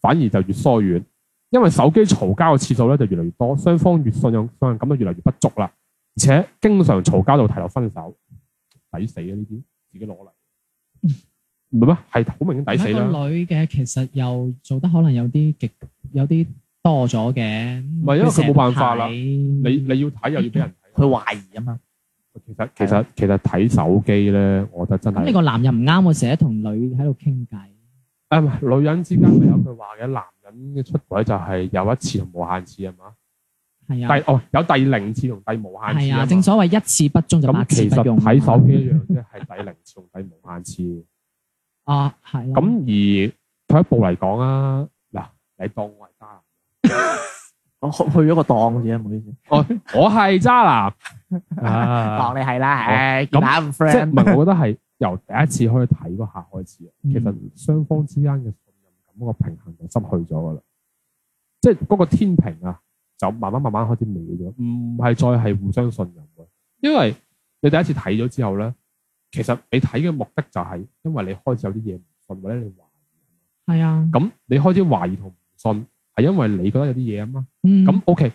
Speaker 3: 反而就越疏遠，因為手機嘈交嘅次數咧就越嚟越多，雙方越信任信任感就越嚟越不足啦，而且經常嘈交到提落分手，抵死啊！呢啲自己攞嚟，嗯唔係咩？係好明顯抵死
Speaker 2: 唔係
Speaker 3: 啦。
Speaker 2: 個女嘅其實又做得可能有啲極有啲多咗嘅，唔
Speaker 3: 係因為佢冇辦法啦你
Speaker 2: 你
Speaker 3: 你要睇又要俾人睇，
Speaker 1: 佢懷疑啊嘛。
Speaker 3: 其實其實其實睇手機咧，我覺得真
Speaker 2: 啊咁你
Speaker 3: 係
Speaker 2: 個男人唔啱，我成日同女喺度傾偈，
Speaker 3: 啊，唔係女人之間咪有句話嘅，男人嘅出軌就係有一次同無限次係嘛？
Speaker 2: 系
Speaker 3: 第
Speaker 2: 啊，
Speaker 3: 哦有第零次同第無限
Speaker 2: 系
Speaker 3: 次
Speaker 2: 啊，
Speaker 3: 嘛
Speaker 2: 正所謂一次不忠就百
Speaker 3: 咁
Speaker 2: 次
Speaker 3: 其
Speaker 2: 不
Speaker 3: 實
Speaker 2: 用。
Speaker 3: 睇手機一樣啫，係第零次同第無限次。
Speaker 2: 啊，系啦。
Speaker 3: 咁而退一步嚟講啊，嗱，你當我係渣男，
Speaker 1: 我 (laughs) 去去咗個檔啫，唔好意思。
Speaker 3: 我係渣男
Speaker 2: (laughs)
Speaker 3: 啊！
Speaker 1: 當你係啦，唉，
Speaker 3: 咁
Speaker 1: 見下咁
Speaker 3: 即係唔
Speaker 1: friend。
Speaker 3: 係？我覺得係由第一次開始睇嗰下開始，啊
Speaker 2: 嗯
Speaker 3: 其實雙方之間嘅信任感嗰個平衡就失去咗噶啦。即係嗰個天平啊，就慢慢慢慢開始歪咗，唔係再係互相信任嘅。因為你第一次睇咗之後咧，其實你睇嘅目的就係因為你開始有啲嘢唔信，或者你懷疑。
Speaker 2: 系啊，
Speaker 3: 咁你開始懷疑同唔信，係因為你覺得有啲嘢啊嘛。
Speaker 2: 嗯，
Speaker 3: 咁 OK，而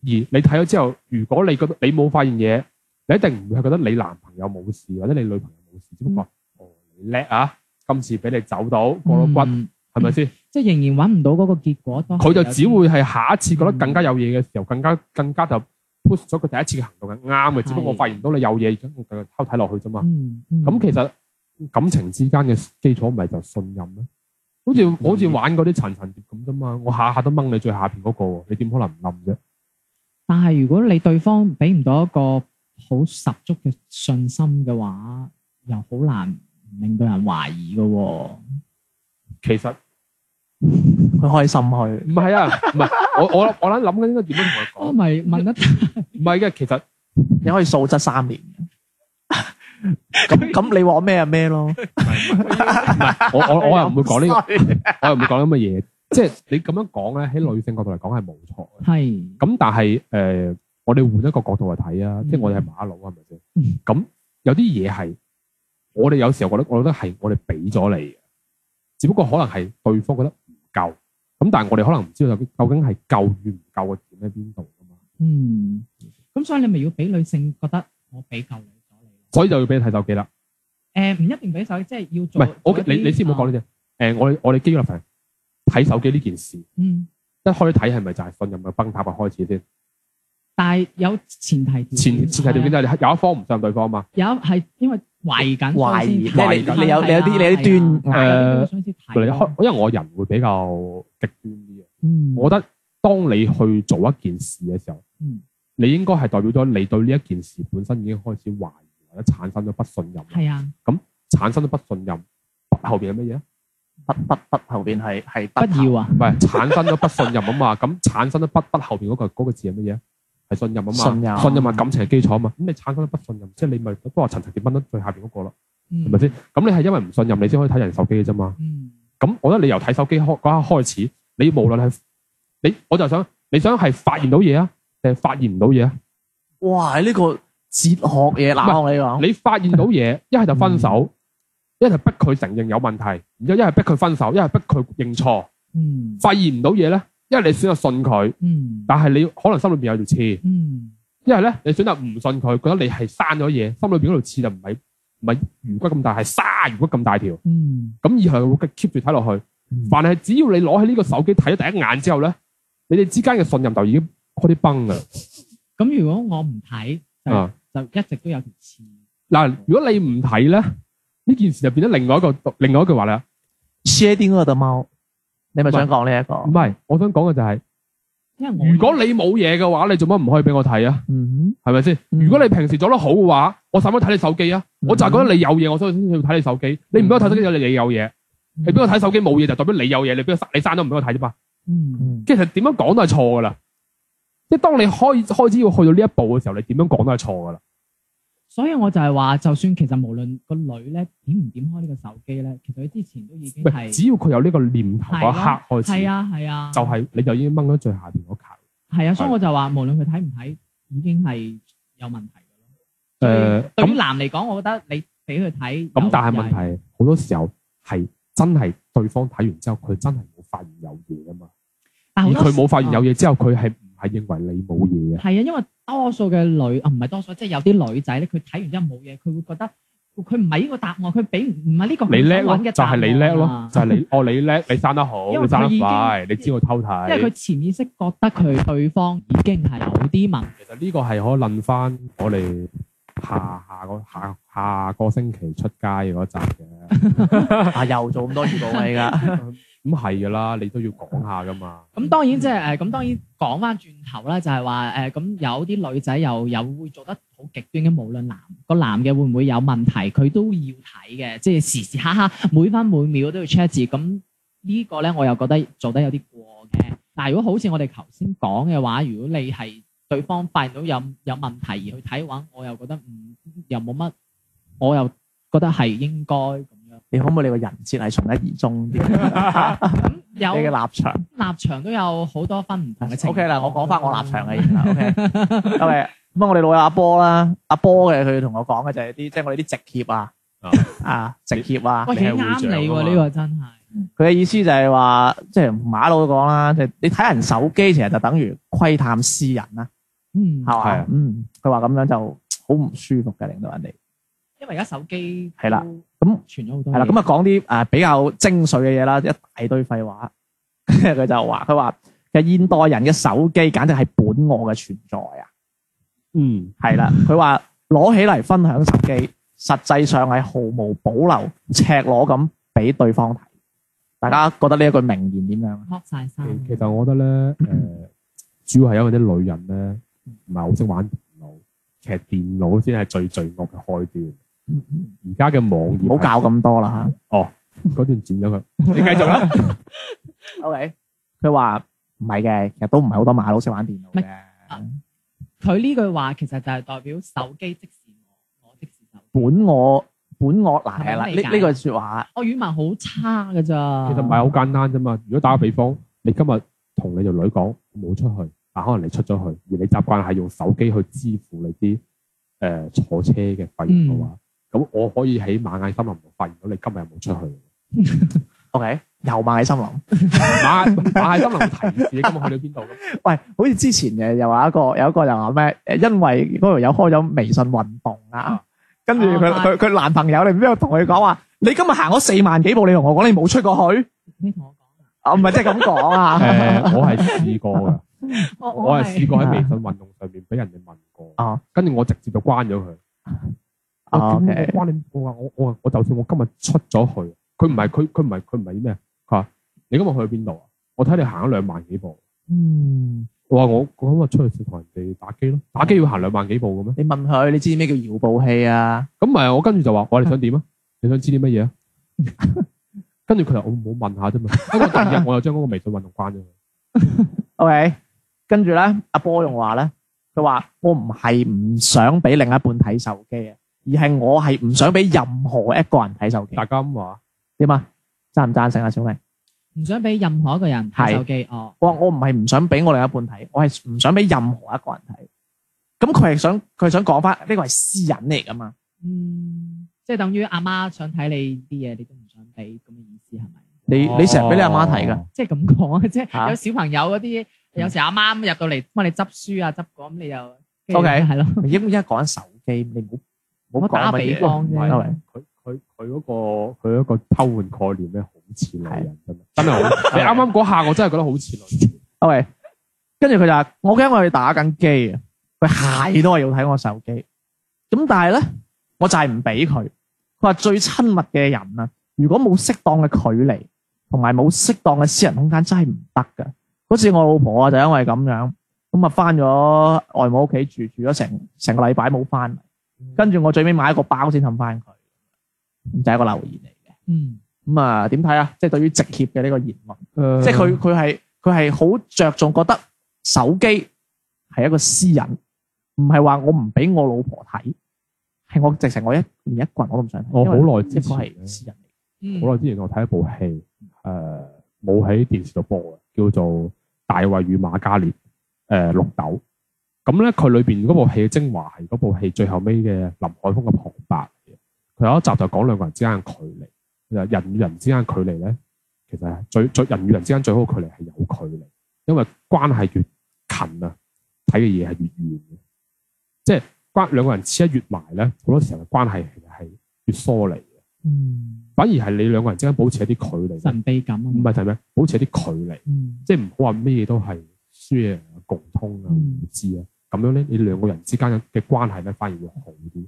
Speaker 3: 你睇咗之後，如果你覺得你冇發現嘢，你一定唔會係覺得你男朋友冇事或者你女朋友冇事，只不過哦你叻啊，今次俾你走到過到骨，
Speaker 2: 嗯嗯
Speaker 3: 係咪先？
Speaker 2: 即係仍然揾唔到嗰個結果，都係
Speaker 3: 佢就
Speaker 2: 有
Speaker 3: 只
Speaker 2: 啲
Speaker 3: 會係下一次
Speaker 2: 嗯
Speaker 3: 覺得更加有嘢嘅時候，更加更加就 push 咗佢第一次嘅行動係啱嘅，只不
Speaker 2: 係
Speaker 3: 過我發現到你有嘢，而家我繼續偷睇落去啫嘛。
Speaker 2: 嗯，嗯
Speaker 3: 咁其實感情之間嘅基礎咪就係信任咯。好似好
Speaker 2: 嗯
Speaker 3: 似玩嗰啲層層疊咁啫嘛，我下下都掹你最下邊嗰個喎，你點可能唔冧啫？
Speaker 2: 但係如果你對方俾唔到一個好十足嘅信心嘅話，又好難令到人懷疑嘅喎。
Speaker 3: 其實。
Speaker 1: 佢開心去。
Speaker 3: 唔係啊，唔係我我我諗諗緊應該點樣
Speaker 2: 我
Speaker 3: 同佢講？
Speaker 2: 咪問得
Speaker 3: 唔係嘅，其實
Speaker 1: 你可以素質三 (laughs) 年。咁咁，你話我咩就咩咯。
Speaker 3: 我我我又唔會講
Speaker 1: (laughs)
Speaker 3: 呢，
Speaker 1: 呢。
Speaker 3: 我又唔會講咁嘅嘢。即係你咁樣講咧，喺女性角度嚟講係冇錯嘅。
Speaker 2: 係
Speaker 3: 咁但係誒，我哋換一個角度嚟睇啊，即係
Speaker 2: 嗯
Speaker 3: 我哋係馬佬係咪先
Speaker 2: 嗯？
Speaker 3: 咁有啲嘢係我哋有時候覺得，我覺得係我哋俾咗你嘅，只不過可能係對方覺得唔夠。咁但係我哋可能唔知道究竟係夠與唔夠嘅點喺邊度㗎嘛，
Speaker 2: 嗯，咁所以你咪要俾女性覺得我俾夠你咗你。
Speaker 3: 所以就要俾你睇手機啦。
Speaker 2: 誒唔一定俾手，即係要
Speaker 3: 唔
Speaker 2: 做。
Speaker 3: 係，OK，你你先唔好講
Speaker 2: 講。
Speaker 3: 呢啲。誒，我哋我哋基於立場睇手機呢件事。
Speaker 2: 嗯，
Speaker 3: 一開睇係咪就係信任嘅崩塌嘅開始先？
Speaker 2: 但係有前提條件
Speaker 3: 前前提條件就係你有一方唔信任對方嘛。
Speaker 2: 有係因為懷疑緊
Speaker 1: 懷疑，
Speaker 2: 所以
Speaker 1: 你
Speaker 2: 先
Speaker 1: 你有你有啲你有啲
Speaker 2: 係啊
Speaker 3: 端
Speaker 2: 係啊所以先
Speaker 3: 你
Speaker 2: 睇咯
Speaker 3: 開，因為我人會比較極端啲嘅。
Speaker 2: 嗯，
Speaker 3: 我覺得當你去做一件事嘅時候，
Speaker 2: 嗯
Speaker 3: 你應該係代表咗你對呢一件事本身已經開始懷疑或者產生咗不信任。
Speaker 2: 係啊，
Speaker 3: 產生咗不信任，不後邊係乜嘢啊？
Speaker 1: 不不不，後邊係係
Speaker 2: 不要啊，
Speaker 3: 唔係產生咗不信任啊嘛。咁產生咗不不後邊嗰、個嗰個字係乜嘢啊？係信任啊嘛。
Speaker 1: 信任
Speaker 3: 信任係感情嘅基礎啊嘛。咁你產生咗不信任，即係你咪都話層層疊掹得最下邊嗰個咯，
Speaker 2: 係
Speaker 3: 係咪先？咁你係因為唔信任，你先可以睇人手機嘅啫嘛。
Speaker 2: 嗯
Speaker 3: 咁我覺得你由睇手機開嗰刻開始，你無論係你，我就想你想係發現到嘢啊，定係發現唔到嘢啊？
Speaker 1: 哇！呢個哲學嘢
Speaker 3: 唔係
Speaker 1: 嗱，我同你講，
Speaker 3: 你發現到嘢，一係就分手，一係逼佢承認有問題，然之後一係逼佢分手，一係逼佢認錯。
Speaker 2: 嗯
Speaker 3: 發現唔到嘢咧，一係你選擇信佢，
Speaker 2: 嗯
Speaker 3: 但係你可能心裏邊有條刺；
Speaker 2: 嗯
Speaker 3: 一係咧你選擇唔信佢，覺得你係生咗嘢，心裏邊嗰條刺就唔係唔係魚骨咁大，係鯊魚骨咁大條。
Speaker 2: 嗯
Speaker 3: 咁以後會 keep 住睇落去。凡係只要你攞起呢個手機睇咗第一眼之後咧，你哋之間嘅信任就已經開始崩噶啦。
Speaker 2: 咁如果我唔睇就
Speaker 3: 啊，
Speaker 2: 就一直都有條刺，
Speaker 3: 嗱，如果你唔睇咧，呢件事就變咗另外一個另外一句話啦。
Speaker 1: 薛定谔嘅貓，你咪想講呢一個
Speaker 3: 唔？係，我想講嘅就係、
Speaker 2: 因為我
Speaker 3: 如果你冇嘢嘅話，你做乜唔可以俾我睇啊？
Speaker 1: 嗯
Speaker 3: 係咪先？
Speaker 1: 嗯
Speaker 3: 如果你平時做得好嘅話，我使乜睇你手機啊？
Speaker 1: 嗯
Speaker 3: 我就係覺得你有嘢，我所以先要睇你手機。你唔俾我睇手機，就係你有嘢；你俾我睇手機冇嘢，就代表你有嘢。你俾我你生都唔俾我睇啫嘛。
Speaker 2: 嗯
Speaker 1: 哼，
Speaker 3: 其實點樣講都係錯噶啦。即係當你開開始要去到呢一步嘅時候，你點樣講都係錯噶啦。
Speaker 2: 所以我就係話，就算其實無論個女咧點唔點開呢個手機咧，其實佢之前都已經
Speaker 3: 喂，
Speaker 2: 係
Speaker 3: 只要佢有呢個念頭嗰一刻開
Speaker 2: 係
Speaker 3: 始，
Speaker 2: 啊係啊，
Speaker 3: 就係你就已經掹咗最下邊嗰球。
Speaker 2: 係啊，所以我就話無論佢睇唔睇，已經係有問題嘅咯。
Speaker 3: 誒
Speaker 2: 對於
Speaker 3: 咁
Speaker 2: 男嚟講，我覺得你俾佢睇
Speaker 3: 咁，但係問
Speaker 2: 題
Speaker 3: 題好多時候係真係對方睇完之後，佢真係冇發現有嘢啊嘛。而佢冇發現有嘢之後，佢係唔係認為你冇嘢啊？
Speaker 2: 係啊，因為多數嘅女啊，唔係多數，即係有啲女仔咧，佢睇完之後冇嘢，佢會覺得佢唔係呢個答案，佢俾唔係呢個
Speaker 3: 你叻
Speaker 2: 佢想
Speaker 3: 咯，
Speaker 2: 揾
Speaker 3: 就
Speaker 2: 嘅答
Speaker 3: 係
Speaker 2: 案
Speaker 3: 你叻咯
Speaker 2: 啊，
Speaker 3: 就係你哦，你叻，你生得好，
Speaker 2: 因為
Speaker 3: 你生
Speaker 2: 佢已
Speaker 3: 得
Speaker 2: 經
Speaker 3: 快，你知我偷
Speaker 2: 因為佢
Speaker 3: 睇。
Speaker 2: 潛意識覺得佢對方已經係有啲問題，
Speaker 3: 其實呢個係可以論翻我哋下下個下下個星期出街嗰集嘅。 (laughs)
Speaker 1: 啊又做咁多預告啦，而家
Speaker 3: 咁係噶啦，你都要講下噶嘛。
Speaker 2: 咁當然即係誒，咁、當然講翻轉頭啦，就係話誒，咁、有啲女仔又又會做得好極端嘅，無論男個男嘅會唔會有問題，佢都要睇嘅，即係時時刻刻每分每秒都要 check 字。咁呢個咧，我又覺得做得有啲過嘅。但係如果好似我哋頭先講嘅話，如果你係對方發現到有有問題而去睇嘅話，我又覺得唔又冇乜，我又覺得係應該咁樣。
Speaker 1: 你可唔可以你個人設係從一而終啲？
Speaker 2: 咁有
Speaker 1: 你嘅立場。
Speaker 2: 立場都有好多分唔同嘅情況。
Speaker 1: O K 啦，我講翻我立場嘅嘢啦。O K，因
Speaker 3: 嗯 (laughs)
Speaker 1: 為咁啊，我哋老友阿波啦，阿波嘅佢同我講嘅就係啲即係我哋啲直協啊
Speaker 3: 啊，
Speaker 1: 啊直協啊，
Speaker 2: 喂，
Speaker 3: 你
Speaker 2: 幾
Speaker 3: 係
Speaker 2: 啱
Speaker 3: 會
Speaker 2: 你
Speaker 3: 長啊
Speaker 2: 喎！
Speaker 3: 嘛
Speaker 2: 呢個真係，
Speaker 1: 佢嘅意思就係話，即係馬佬講啦，即係你睇人手機，其實就等於窺探私人啦，
Speaker 2: 嗯
Speaker 1: 係，嘛
Speaker 3: 係？啊
Speaker 1: 嗯，佢話咁樣就好唔舒服嘅，令到人哋
Speaker 2: 因為而家手機
Speaker 1: 係啦
Speaker 2: 都
Speaker 1: 咁
Speaker 2: 傳咗好
Speaker 3: 嗯
Speaker 2: 多嘢。
Speaker 1: 係啦。咁啊講啲誒比較精髓嘅嘢啦，一大堆廢話。 (laughs) 跟住佢就話，佢話其實現代人嘅手機簡直係本我嘅存在啊！
Speaker 3: 嗯，
Speaker 1: 係啦，佢話攞起嚟分享手機，實際上係毫無保留、赤裸咁俾對方睇。大家覺得呢一句名言點樣啊？
Speaker 2: 剝晒衫，
Speaker 3: 其其實我覺得咧，誒、主要係因為啲女人咧唔係好識玩電腦，其實電腦先係最罪惡嘅開端。而家嘅網頁
Speaker 1: 唔好教咁多啦
Speaker 3: 嗰段剪咗
Speaker 1: (laughs)
Speaker 3: 佢，你繼續啦。
Speaker 1: 吓。OK，佢話唔係嘅，其實都唔係好多馬佬識玩電腦嘅。
Speaker 2: 佢呢句話其實就係代表手機即是我，我即是手機。
Speaker 1: 本我本我嗱係啦，
Speaker 2: 係咪理
Speaker 1: 呢
Speaker 2: 解
Speaker 1: 呢句说話
Speaker 2: 我語文好差㗎咋。
Speaker 3: 其實唔係好簡單啫嘛。如果打個比方，你今日同你條女講冇出去，但可能你出咗去，而你習慣係用手機去支付你啲誒、呃坐車嘅費用嘅話，咁、我可以喺螞蟻森林度發現到你今日有冇出去。
Speaker 1: ，OK，又螞蟻森林。
Speaker 3: 馬馬係森林會提示你今日去到邊度咁，
Speaker 1: 喂，好似之前嘅又話一個有一個又話咩？誒，因為嗰條友開咗微信運動啊
Speaker 3: 啊，
Speaker 1: 跟住佢
Speaker 2: 啊
Speaker 1: 佢佢男朋友，你唔知道同佢講話，你今日行咗四萬幾步，你同我講你冇出過去，
Speaker 2: 你同我講啊，
Speaker 1: 啊，唔係即係咁講
Speaker 3: 誒、
Speaker 1: 啊，
Speaker 3: 呃我係試過㗎，
Speaker 2: 我
Speaker 3: 我係試過喺
Speaker 1: 係
Speaker 3: 微信運動上面俾人哋問
Speaker 1: 哦
Speaker 3: 過，跟住我直接就關咗佢。我
Speaker 1: 啊
Speaker 3: 點會
Speaker 1: OK
Speaker 3: 關你我話我我我就算我今日出咗去，佢唔係佢佢唔係佢唔係咩？佢話你今日去咗邊度啊？我睇你行咗兩萬幾步。
Speaker 1: 嗯，
Speaker 3: 我話我我今日出去食同人哋打機咯，打機要行兩萬幾步嘅咩？
Speaker 1: 你問佢，你知咩叫遙步器啊？
Speaker 3: 咁咪我跟住就話我哋想點
Speaker 1: 嗯
Speaker 3: 啊？你想知啲乜嘢啊？跟住佢就我冇問下啫嘛。跟住第二日我就將嗰個微信運動關咗佢。
Speaker 1: OK，跟住咧，阿波仲話咧，佢話我唔係唔想俾另一半睇手機啊，而係我係唔想俾任何一個人睇手機。
Speaker 3: 大家咁話
Speaker 1: 點啊？贊唔贊成啊，小明？
Speaker 2: 唔想俾任何一個人睇手機。哦，
Speaker 1: 我話我唔係唔想俾我另一半睇，我係唔想俾任何一個人睇。咁佢係想佢係想講翻呢個係私隱嚟噶嘛？
Speaker 2: 嗯，即係等於阿媽想睇你啲嘢，你都唔想俾咁嘅意思係咪？
Speaker 1: (laughs) 你你成日俾你阿媽睇㗎，
Speaker 3: 哦
Speaker 2: 即係咁講啊，即
Speaker 1: 嚇
Speaker 2: 係有小朋友嗰啲，有時阿媽咁入到嚟幫你執書啊、執嗰咁，你又
Speaker 1: OK
Speaker 2: 係咯。
Speaker 1: 你應唔應該講緊手機？你唔好唔好
Speaker 2: 我打
Speaker 1: 講啊
Speaker 2: 比
Speaker 1: 乜嘢。
Speaker 2: 方
Speaker 3: 唔係
Speaker 2: 啫，
Speaker 3: 佢佢佢嗰個佢嗰個偷換概念咧，好似女人真係真係好。你啱啱嗰下我真係覺得好似女人。
Speaker 1: OK，跟住佢就話：我驚我哋打緊機啊，佢係都係要睇我手機。咁但係咧，我就係唔俾佢。佢話最親密嘅人啊，如果冇適當嘅距離，同埋冇適當嘅私人空間，真係唔得噶。嗰次我老婆啊，就因為咁樣，咁啊翻咗外母屋企住，住咗成成個禮拜冇翻嚟，跟住我最尾買一個包先氹翻佢，咁就係一個留言嚟
Speaker 2: 嗯，
Speaker 1: 嘅。咁啊點睇啊？即係對於直協嘅呢個言論。
Speaker 3: 誒
Speaker 1: 即係佢佢係佢係好着重覺得手機係一個私隱，唔係話我唔俾我老婆睇，係我直情我一連一個人我都唔想睇。
Speaker 3: 我
Speaker 1: 因為
Speaker 3: 哦好耐之
Speaker 1: 一個
Speaker 3: 前
Speaker 1: 係
Speaker 3: 呢
Speaker 1: 私隱嚟。
Speaker 2: 嗯
Speaker 3: 好耐之前我睇一部戲，誒冇喺電視度播嘅，叫做《大衛與馬加烈》誒綠豆。咁咧佢裏邊嗰部戲嘅精華係嗰部戲最後尾嘅林海峰嘅旁白嚟嘅。佢有一集就講兩個人之間嘅距離，就係人與人之間嘅距離咧，其實係最最人與人之間最好嘅距離係有距離，因為關係越近啊，睇嘅嘢係越遠嘅。即係關兩個人黐得越埋咧，好多時候嘅關係其實係越疏離。
Speaker 2: 嗯
Speaker 3: 反而係你兩個人之間保持一啲距離，
Speaker 2: 神秘感啊，
Speaker 3: 唔係係咩？保持一啲距離，
Speaker 2: 嗯
Speaker 3: 即係唔好話咩嘢都係 share 啊共通啊、
Speaker 2: 嗯
Speaker 3: 互知啊，咁樣咧，你兩個人之間嘅關係咧，反而會好啲，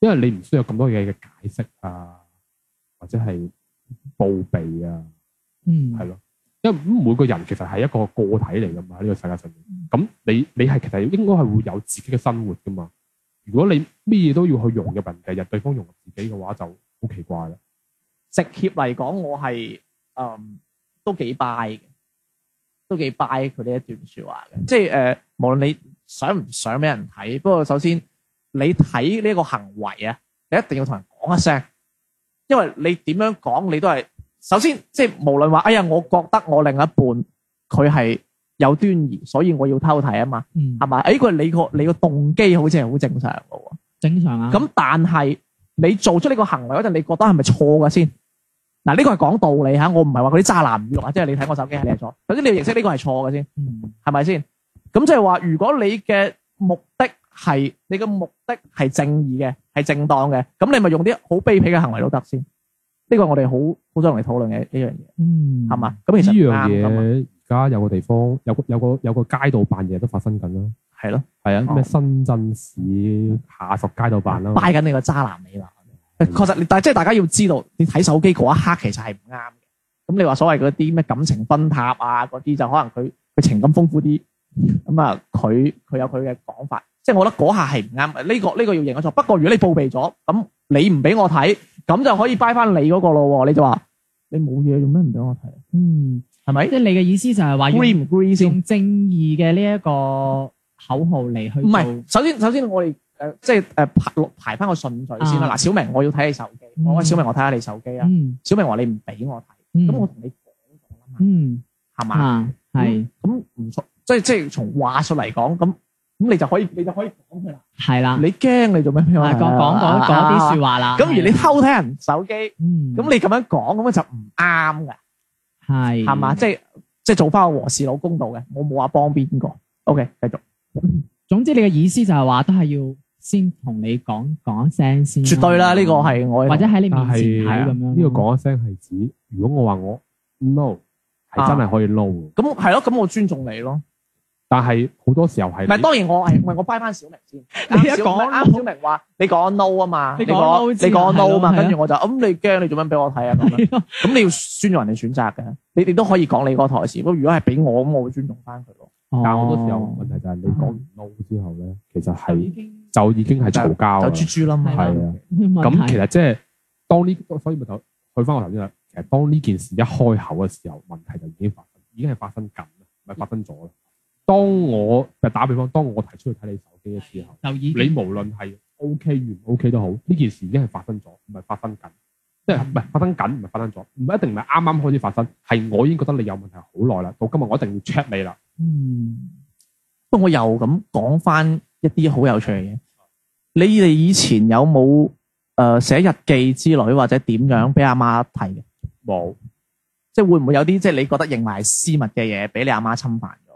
Speaker 3: 因為你唔需要有咁多嘢嘅解釋啊，或者係報備啊，
Speaker 2: 嗯
Speaker 3: 係咯。因為每個人其實係一個個體嚟噶嘛，呢、個世界上面。
Speaker 2: 嗯
Speaker 3: 咁你你係其實應該係會有自己嘅生活噶嘛。如果你咩嘢都要去融入人哋，日對方融入自己嘅話，就好奇怪啦。
Speaker 1: 直協嚟講，我係嗯都幾 buy 嘅，都幾 buy 佢呢一段説話嘅。即係誒、呃，無論你想唔想俾人睇，不過首先你睇呢個行為啊，你一定要同人講一聲，因為你點樣講你都係首先即係無論話，哎呀，我覺得我另一半佢係有端倪，所以我要偷睇啊嘛，
Speaker 2: 嗯
Speaker 1: 係，咪？誒、哎，佢你個你個動機好似係好正常嘅喎。
Speaker 2: 正常
Speaker 3: 嗯
Speaker 2: 啊。
Speaker 1: 咁但係你做出呢個行為嗰陣，你覺得係咪錯嘅先？嗱，呢個係講道理吓，我唔係話嗰啲渣男語錄啊，即係你睇我手機係你係錯。首先你要認識呢個係錯嘅先，
Speaker 2: 嗯
Speaker 1: 係咪先？咁即係話，如果你嘅目的係你嘅目的係正義嘅，係正當嘅，咁你咪用啲好卑鄙嘅行為都得先。呢個我哋好好想同你討論嘅呢樣嘢，
Speaker 2: 嗯，
Speaker 1: 係嘛？咁啊其
Speaker 3: 嗯呢
Speaker 1: 實唔
Speaker 3: 樣
Speaker 1: 啱㗎嘛，
Speaker 3: 嘢而家有個地方有個有個有個街道辦嘢都發生緊啦。
Speaker 1: 係咯，
Speaker 3: 係啊，咩
Speaker 1: 哦
Speaker 3: 深圳市下屬街道辦啦。
Speaker 1: 拜緊你個渣男理論。確實，但係即係大家要知道，你睇手機嗰一刻其實係唔啱嘅。咁你話所謂嗰啲咩感情分塔啊，嗰啲就可能佢佢情感豐富啲，咁啊佢佢有佢嘅講法。即係我覺得嗰下係唔啱，呢、個呢、個要認咗錯。不過如果你報備咗，咁你唔俾我睇，咁就可以掰翻你嗰個咯喎。你就話你冇嘢，做咩唔俾我睇？
Speaker 2: 嗯，
Speaker 1: 係啊咪
Speaker 2: 即係你嘅意思就係話用
Speaker 1: ？agree 唔 agree 先？
Speaker 2: 用正義嘅呢一個口號嚟去
Speaker 1: 唔
Speaker 2: 做
Speaker 1: 係，首先首先我哋誒、呃即係誒、呃排排翻個順序先啦。嗱、
Speaker 2: 啊
Speaker 1: 小明，我要睇你手機，我話
Speaker 2: 嗯
Speaker 1: 小明，我睇下你手機啊。
Speaker 2: 嗯
Speaker 1: 小明話你唔俾我睇。
Speaker 2: 嗯
Speaker 1: 咁我同你講咗啦嘛，
Speaker 2: 嗯
Speaker 1: 係嘛？
Speaker 2: 啊係
Speaker 1: 咁唔錯，即係即係從話術嚟講，咁咁你就可以你就可以講佢啦。
Speaker 2: 係啦，
Speaker 1: 你驚你做咩？
Speaker 2: 啊嗯講講嗰嗰
Speaker 1: À.
Speaker 2: 啲説話啦。
Speaker 1: 咁而你
Speaker 2: 係啦，啊
Speaker 1: 偷睇人手機，咁
Speaker 2: 嗯
Speaker 1: 你咁樣講咁樣就唔啱㗎，
Speaker 2: 係
Speaker 1: 係嘛？即係即係做翻個和事佬公道嘅，我冇話幫邊個。OK，繼續，
Speaker 2: 嗯總之你嘅意思就係話都係要先同你講講聲先，
Speaker 1: 絕對啦，呢個。係我
Speaker 2: 或者喺你面
Speaker 3: 但
Speaker 2: 前
Speaker 3: 係
Speaker 2: 睇
Speaker 1: 啊
Speaker 2: 咁樣咯，
Speaker 3: 呢個
Speaker 2: (laughs)
Speaker 3: 講一聲係指，如果我話我 no
Speaker 1: 啊
Speaker 3: 係真係可以 no，嘅
Speaker 1: 咁係咯，咁我尊重你咯。
Speaker 3: 但係好多時候係
Speaker 1: 唔係當然我係唔係我掰翻小明先。
Speaker 2: (laughs) 你一
Speaker 1: 啱小
Speaker 2: 講
Speaker 1: 明啱小明話你講 no 啊嘛，
Speaker 2: 你
Speaker 1: 你
Speaker 2: 講
Speaker 1: 講
Speaker 2: no
Speaker 1: 你
Speaker 2: 之後
Speaker 1: 講 no 啊嘛，
Speaker 2: 係咯
Speaker 1: 跟住我就咁你驚你做咩俾我睇啊
Speaker 2: (laughs)
Speaker 1: 咁樣。
Speaker 2: 係咯
Speaker 1: 咁你要尊重人哋選擇嘅，你哋都可以講你嗰個台詞。不過如果係俾我咁，我會尊重翻佢咯。
Speaker 2: Ờ.
Speaker 3: 但係好多時候
Speaker 2: 哦
Speaker 3: 問題就係你講完 no 之後咧，其實
Speaker 2: 就已
Speaker 3: 係
Speaker 2: 經
Speaker 3: 就已經係嘈交
Speaker 1: 嗯就
Speaker 3: 啦。啊
Speaker 1: 豬豬啦嘛，
Speaker 2: 哦係
Speaker 3: 啦
Speaker 2: 咁
Speaker 3: 咁其實即係當呢，所以咪就去翻我頭先啦。其實當呢件事一開口嘅時候，問題就已經發生，已經係發生緊啦，唔係發生咗啦。當我就打比方，當我提出去睇你手機嘅時候，
Speaker 2: 就已
Speaker 3: 你無論係 O K 與唔 O K 都好，呢件事已經係發生咗，唔係發生緊，即係唔係發生緊，唔係發生咗，唔一定唔係啱啱開始發生，係我已經覺得你有問題好耐啦，到今日我一定要 check 你啦。
Speaker 2: 嗯
Speaker 1: 不過我又咁講翻一啲好有趣嘅嘢。你哋以前有冇誒寫日記之類或者點樣俾阿媽睇嘅？
Speaker 3: 冇，
Speaker 1: 即係會唔會有啲即係你覺得認為係私密嘅嘢俾你阿媽侵犯咗？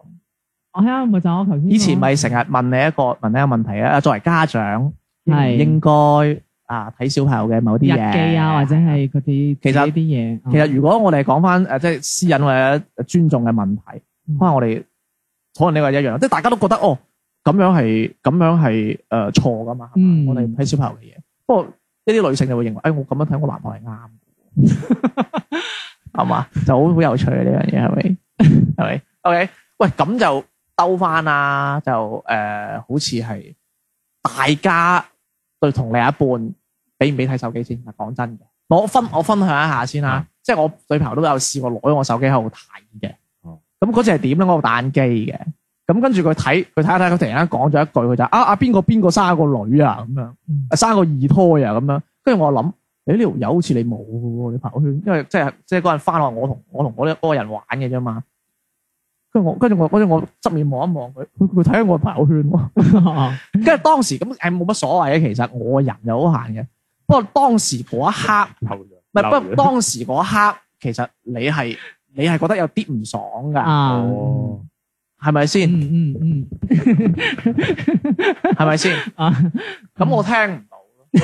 Speaker 2: 我睇下咪就我頭先
Speaker 1: 以前咪成日問你一個問你一個問題啊，作為家長應唔
Speaker 2: 係
Speaker 1: 應該啊睇小朋友嘅某
Speaker 2: 日
Speaker 1: 啲嘢
Speaker 2: 記啊，或者係嗰啲
Speaker 1: 其實
Speaker 2: 呢啲 (laughs) 嘢，
Speaker 1: 其實如果我哋講翻誒，即係私隱或者尊重嘅問題，
Speaker 2: 嗯
Speaker 1: 可能我哋討論呢個一樣，即係大家都覺得哦，咁樣係咁樣係誒錯噶嘛，係嘛
Speaker 2: 嗯
Speaker 1: 我哋睇小朋友嘅嘢。不過呢啲女性就會認為，誒、哎我咁樣睇我男朋友係啱嘅，係嘛，就好好有趣嘅呢樣嘢，係咪？係咪？OK，喂，咁就兜翻啦，就誒、呃好似係大家對同另一半俾唔俾睇手機先？講真嘅，我分我分享一下先啦，即係我女朋友都有試過攞我手機喺度睇嘅
Speaker 3: 哦。
Speaker 1: 咁嗰次係點咧？我有打眼機嘅，咁跟住佢睇佢睇一睇，佢突然間講咗一句，佢就啊啊邊個邊個生個女啊咁樣，
Speaker 2: 嗯
Speaker 1: 啊生個二胎啊咁樣。跟住我諗，你呢條友好似你冇嘅喎，你朋友圈，因為即係即係嗰陣翻學，我同我同我呢嗰個人玩嘅啫嘛。跟住我跟住我跟住我側面望一望佢，佢佢睇緊我朋友圈喎。 (laughs) 跟住當時咁誒冇乜所謂嘅，其實我人就好閒嘅。不過當時嗰一刻，
Speaker 3: 漏咗，
Speaker 1: 唔係不過當時嗰一刻，其實你係你係覺得有啲唔爽㗎，
Speaker 2: 啊，
Speaker 3: 哦，
Speaker 1: 係咪先？
Speaker 2: 嗯嗯
Speaker 1: 係咪先？
Speaker 2: 嗯啊，
Speaker 1: 咁我聽唔到咯。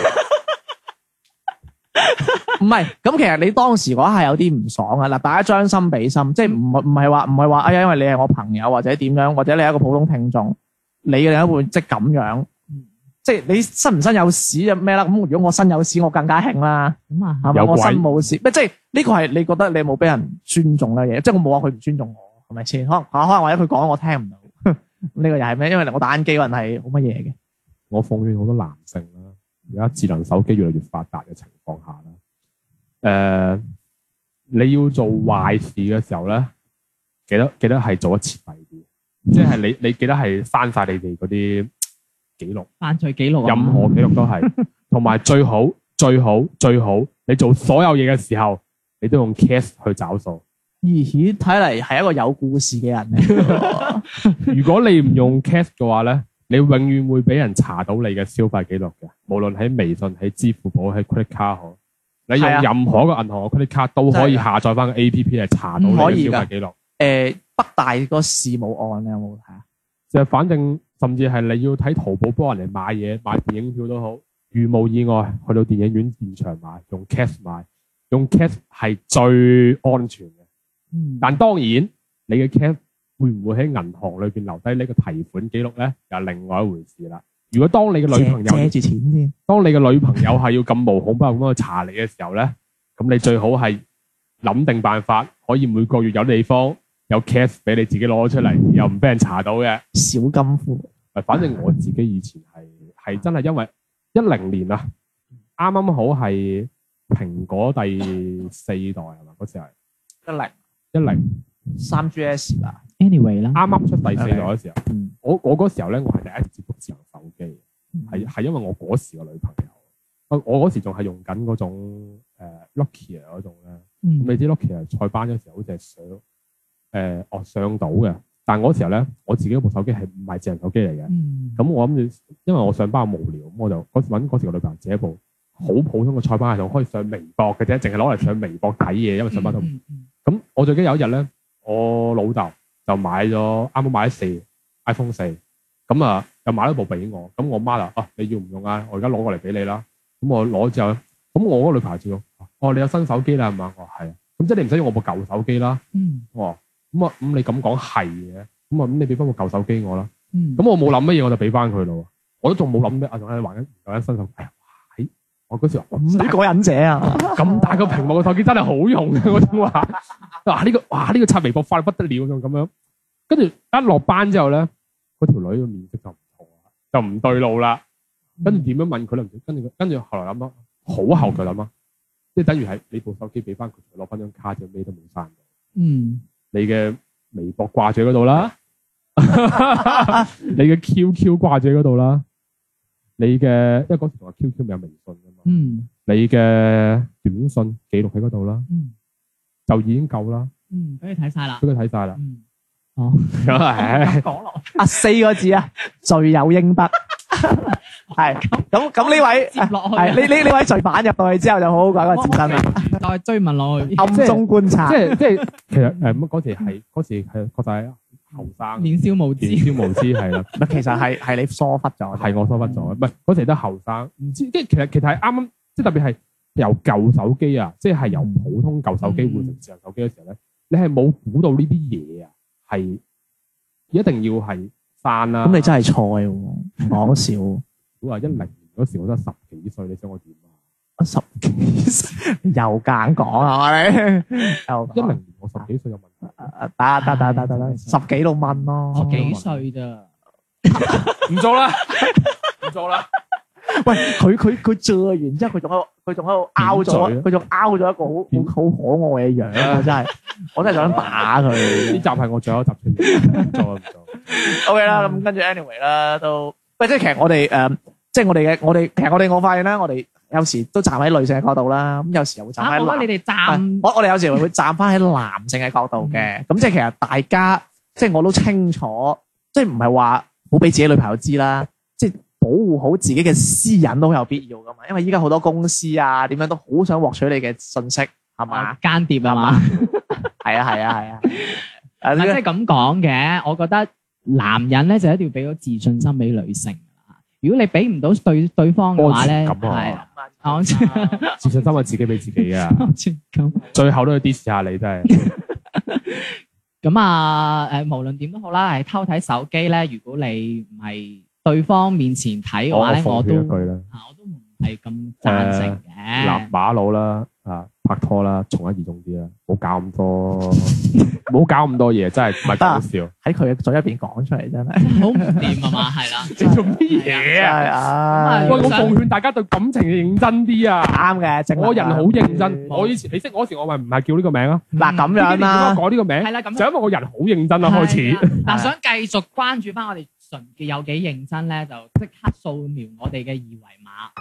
Speaker 1: 唔係，咁其實你當時嗰下有啲唔爽啊！嗱，大家將心比心，即係唔係唔係話唔係話，哎呀，因為你係我朋友或者點樣，或者你係一個普通聽眾，你嘅另一半即係咁樣，即係你身唔身有屎就咩啦？咁如果我身有屎，我更加興啦，
Speaker 2: 咁啊
Speaker 1: 係咪？
Speaker 3: 有鬼
Speaker 1: 我身冇屎，咩即係呢個係你覺得你冇俾人尊重呢樣嘢，即係我冇話佢唔尊重我，係咪先？可能可能或者佢講我聽唔到， (laughs) 呢個又係咩？因為我打緊機嗰陣係好乜嘢嘅，
Speaker 3: 我奉勸好多男性啦，而家智能手機越嚟越發達嘅情況下啦，诶、你要做壞事嘅時候咧，記得記得係做得徹底啲，即係你你記得係刪晒你哋嗰啲記錄，
Speaker 2: 犯罪記錄啊
Speaker 3: 任何記錄都係，同埋最好最好最好，你做所有嘢嘅時候，你都用 cash 去找數。
Speaker 1: 咦，睇嚟係一個有故事嘅人
Speaker 3: (laughs)
Speaker 1: 嚟。
Speaker 3: 如果你唔用 cash 嘅話咧，你永遠會俾人查到你嘅消費記錄嘅，無論喺微信、喺支付寶、喺 credit 卡好，你用
Speaker 1: 係啊
Speaker 3: 任何一個銀行嘅 credit 卡都可以
Speaker 1: 真
Speaker 3: 下載翻個 A P P 嚟查到你
Speaker 1: 唔可
Speaker 3: 嘅
Speaker 1: 以㗎
Speaker 3: 消費記錄。
Speaker 1: 誒北大個事務案你有冇睇啊？
Speaker 3: 就係反正甚至係你要睇淘寶幫人哋買嘢、買電影票都好，如無意外去到電影院現場買，用 cash 買，用 cash 係最安全嘅。
Speaker 2: 嗯
Speaker 3: 但當然，你嘅 cap 會唔會喺銀行裏邊留低呢個提款記錄咧，又係另外一回事啦。如果當你嘅女朋
Speaker 1: 借
Speaker 3: 友，
Speaker 1: 借住錢先。
Speaker 3: 當你嘅女朋友係要咁無孔不入咁去查你嘅時候咧，咁你最好係諗定辦法，可以每個月有地方有 cap 俾你自己攞出嚟，又唔俾人查到嘅。
Speaker 1: 小金庫，
Speaker 3: 喂反正我自己以前係係真係因為一零年啊，啱啱好係蘋果第四代係嘛？嗰時係
Speaker 1: 一零
Speaker 3: 一零。
Speaker 1: 三 G S 啦，
Speaker 2: anyway 啦，
Speaker 3: 啱啱出第四代嗰時候
Speaker 1: 嗯，
Speaker 3: 我我嗰時候咧，我係第一次接觸智能手機嘅，
Speaker 1: 係
Speaker 2: 嗯
Speaker 3: 係係因為我嗰時個女朋友，我我嗰時仲係用緊嗰種誒 Nokia 嗰種咧，
Speaker 2: 嗯
Speaker 3: 咁你知 Nokia 塞班嗰時候好似係上誒哦上到嘅，但係我嗰時候咧，我自己嗰部手機係唔係智能手機嚟嘅，
Speaker 2: 嗯
Speaker 3: 咁我諗住，因為我上班無聊，咁我就嗰揾嗰時個女朋友借一部好普通嘅塞班系統，可以上微博嘅啫，淨係攞嚟上微博睇嘢，因為上班都唔
Speaker 2: 嗯嗯
Speaker 3: 咁我最記得有一日咧，我老豆就買咗啱啱買咗四 iPhone 四，咁啊又買咗部俾我，咁我媽就啊你要唔用啊？我而家攞過嚟俾你啦。咁我攞之後咧，咁我嗰個女朋友就用，哦你有新手機啦係嘛？我話係啊，咁即係你唔使用我部舊手機啦。
Speaker 2: 嗯
Speaker 3: 我話咁啊咁你咁講係嘅，咁啊咁你俾翻部舊手機我啦。
Speaker 2: 嗯
Speaker 3: 咁我冇諗乜嘢，我就俾翻佢咯。我都仲冇諗咩，啊仲喺度玩緊玩緊新手機。哎呀哇咦我嗰時話咁大
Speaker 1: 呢個忍者
Speaker 3: (laughs)
Speaker 1: 啊，
Speaker 3: 咁大個屏幕嘅手機真係好用嘅，我都話，哇呢、個哇呢、個刷微博快到不得了咁咁樣，跟住一落班之後咧，嗰條女嘅面色就唔同啦，就唔對路啦。跟住點樣問佢都唔知，跟住佢跟住後來諗啊，好後佢諗啊，即係等於係你部手機俾翻佢，攞翻張卡就咩都冇刪到，
Speaker 2: 嗯
Speaker 3: 你嘅微博掛住喺嗰度啦，你嘅 QQ 掛住喺嗰度啦，你嘅因為嗰時同 QQ 咪有微信㗎嘛。
Speaker 2: 嗯
Speaker 3: 你嘅短信記錄喺嗰度啦，
Speaker 2: 嗯
Speaker 3: 就已經夠啦，
Speaker 2: 嗯，俾你睇晒啦
Speaker 3: 俾，佢睇晒啦。
Speaker 2: 嗯
Speaker 3: 唉
Speaker 2: 講落
Speaker 1: 啊四個字啊，罪有
Speaker 3: (laughs)
Speaker 1: 應得，係咁咁呢位
Speaker 2: 接。落去啊，
Speaker 1: 係呢呢呢位罪犯入到去之後就好好改個自
Speaker 3: (laughs)
Speaker 1: 身啦，
Speaker 2: 再追問落
Speaker 1: (laughs)
Speaker 2: 去，
Speaker 1: 暗中觀察
Speaker 3: 即。係即係，其實誒咁嗰時係嗰時係確實係後生，
Speaker 2: 年少無知
Speaker 3: 年，少無知係啦，
Speaker 1: 唔係其實係係你疏忽咗，
Speaker 3: 係我疏忽咗，唔係嗰時都後生，唔知即係其實其實係啱啱，即係特別係由舊手機啊，即係由普通舊手機
Speaker 1: 嗯
Speaker 3: 換成智能手機嘅時候咧，你係冇估到呢啲嘢啊，係一定要係散啦。
Speaker 1: 咁你真係菜喎，唔講
Speaker 3: (laughs)
Speaker 1: 笑。 (laughs)
Speaker 3: 估啊一零年嗰時我得十幾歲，你想我點啊？
Speaker 1: 十幾歲又夾硬講啊你，又
Speaker 3: 一零
Speaker 1: 講
Speaker 3: 年我十幾歲有問題。
Speaker 1: 啊打打打打打打十幾度蚊咯，
Speaker 2: 我幾歲咋？
Speaker 3: 唔做啦，唔做啦。
Speaker 1: 喂，佢佢佢借完之後，佢仲喺度，佢仲喺度拗咗，
Speaker 2: 啊
Speaker 3: 點
Speaker 1: 佢仲拗咗一
Speaker 3: 點
Speaker 1: 個好好好可愛嘅樣
Speaker 2: (laughs)
Speaker 1: 啊！真係，我真係想打
Speaker 3: 呢集
Speaker 1: 佢。
Speaker 3: 係我最後一集出現，唔做啦唔做。
Speaker 1: O K 啦，咁跟住 anyway 啦，都喂，即係其實我哋誒，即係我哋嘅，我哋其實我哋我發現咧，我哋有時都站喺女性嘅角度啦，咁有時又會站
Speaker 2: 啊，
Speaker 1: 喺
Speaker 2: 我覺
Speaker 1: 男
Speaker 2: 得你哋
Speaker 1: 係
Speaker 2: 站
Speaker 1: 我我哋有時會站翻喺男性嘅角度
Speaker 2: 嗯
Speaker 1: 嘅，咁即係其實大家即係我都清楚，即係唔係話好俾自己女朋友知啦，即係保護好自己嘅私隱都好有必要噶嘛，因為依家好多公司啊點樣都好想獲取你嘅信息，係嘛？
Speaker 2: 啊間諜啊嘛。
Speaker 1: 係啊係啊
Speaker 2: (laughs)
Speaker 1: 係啊，啊
Speaker 2: 嗱，
Speaker 1: 呢
Speaker 2: 即
Speaker 1: 個
Speaker 2: 係咁講嘅，我覺得男人咧就一定要俾到自信心俾女性啦。如果你俾唔到對對方嘅話咧，
Speaker 3: 安全感
Speaker 2: 係
Speaker 3: 啊
Speaker 2: 啦，安全 (laughs)
Speaker 3: 自信心係自己俾自己啊，
Speaker 2: 安全感。
Speaker 3: 最後都要 diss 下你真係。
Speaker 2: 咁啊，誒，無論點都好啦，係偷睇手機咧。如果你唔係對方面前睇嘅
Speaker 3: 我
Speaker 2: 話咧，
Speaker 3: 我
Speaker 2: 我
Speaker 3: 奉勸一句
Speaker 2: 都
Speaker 3: 啦，
Speaker 2: 啊，我都唔係咁贊成嘅。
Speaker 3: 立馬佬啦，誒、啊拍拖啦，從一而終啲啦，唔好搞咁多，唔好搞咁多嘢，真係唔係講笑。
Speaker 1: 喺佢嘅嘴入边講出嚟，真係
Speaker 2: 好唔掂啊嘛，係啦，
Speaker 3: 你做乜
Speaker 1: 真
Speaker 3: 嘢啊？
Speaker 1: 係唉
Speaker 3: 喂，
Speaker 2: 咁啊
Speaker 3: 我奉勸大家對感情要認真啲啊！
Speaker 1: 啱嘅，正能
Speaker 3: 我人好認真，
Speaker 1: 量
Speaker 3: 我以前你識我嗰時，我咪唔係叫呢個名啊，
Speaker 1: 嗱咁
Speaker 3: 點解
Speaker 1: 樣
Speaker 3: 你叫
Speaker 1: 啦，
Speaker 3: 我改呢個名
Speaker 2: 係啦，咁
Speaker 3: 就因為我人好認真啦，開始
Speaker 2: 係啦嗱，想繼續關注翻我哋純潔有幾認真咧，就即刻掃描我哋嘅二維
Speaker 1: 係
Speaker 2: 碼，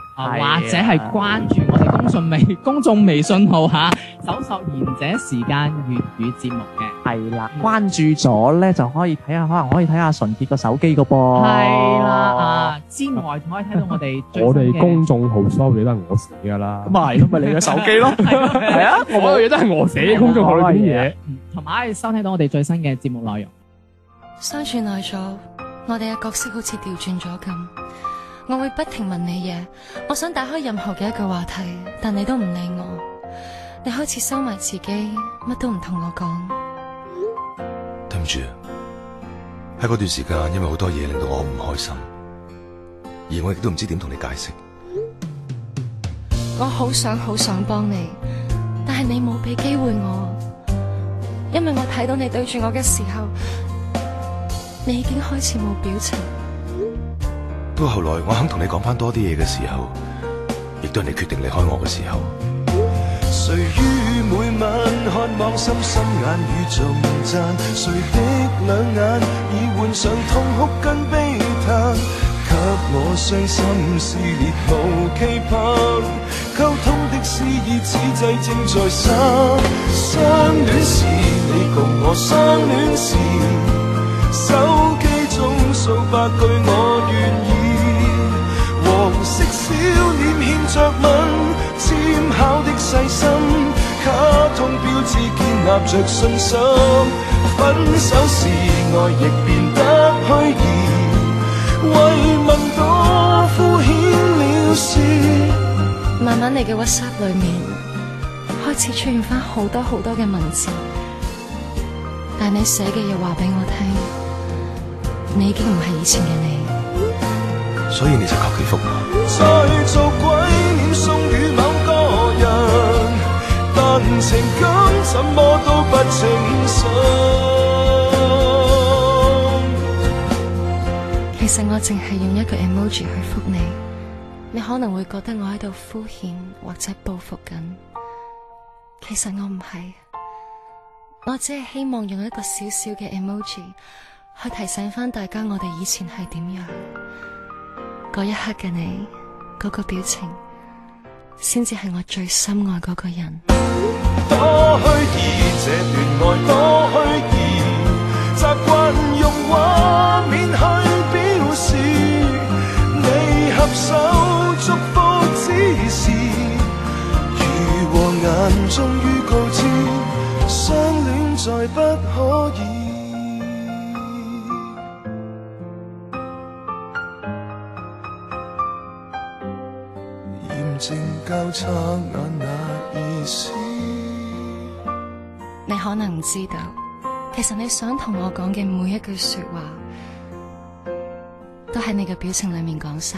Speaker 1: 啊
Speaker 2: 啊或者係關注我哋公眾微 (laughs) 公眾微信號嚇，搜索賢者時間粵語節目嘅。
Speaker 1: 係啦，關注咗咧就可以睇下，可能可以睇下純潔個手機個
Speaker 3: 哦
Speaker 1: 噃。
Speaker 2: 係啦，啊之外仲可以睇到我哋最
Speaker 3: 我哋
Speaker 2: 新嘅
Speaker 3: 公眾號所有嘢都係我寫噶啦
Speaker 1: 咁，咪咁咪你嘅手機咯， (laughs) 係啊，我
Speaker 3: 所
Speaker 1: 冇
Speaker 3: 有嘢都係我寫嘅公眾號裏邊啲嘢。
Speaker 2: 嗯同埋可以收聽到我哋最新嘅節目內容。
Speaker 5: 相處耐咗，我哋嘅角色好似調轉咗咁。我會不停問你嘢，我想打開任何嘅一句話題，但你都唔理我。你開始收埋自己，乜都唔同我講。
Speaker 6: 對唔住，喺嗰段時間，因為好多嘢令到我唔開心，而我亦都唔知點同你解釋。
Speaker 5: 我好想好想幫你，但係你冇俾機會我，因為我睇到你對住我嘅時候，你已經開始冇表情。
Speaker 6: 到後來，我肯同你講翻多啲嘢嘅時候，亦都係你決定離開我嘅時候。
Speaker 7: 谁于每晚看望心心眼與重讚，誰的兩眼已換上痛哭跟悲嘆，給我傷心撕裂無期盼，溝通的詩意此際正在生。相戀時你共我相戀時，手機中數百句我願意。黃色小臉牽着吻，尖巧的細心，卡通標誌建立着信心。分手時愛亦變得虛擬，慰問多敷衍了事。
Speaker 5: 慢慢你嘅 WhatsApp 裏面開始出現翻好多好多嘅文字，但你寫嘅嘢話俾我聽，你已經唔係以前嘅你。
Speaker 6: 所以你就求其覆我。
Speaker 7: 再做鬼臉送與某個人，但情感怎麼都不稱心。
Speaker 5: 其實我淨係用一句 emoji 去覆你，你可能會覺得我喺度敷衍或者報復緊。其實我唔係，我只係希望用一個小小嘅 emoji 去提醒翻大家我哋以前係點樣。嗰一刻嘅你，嗰、個表情，先至係我最深愛嗰個人。
Speaker 7: 多虛擬，這段愛多虛擬，習慣用畫面去表示。你合手祝福之時，如和眼終於告知，相戀再不可以。驗證交叉眼那意思。
Speaker 5: 你可能唔知道，其實你想同我講嘅每一句說話，都喺你嘅表情裏面講晒。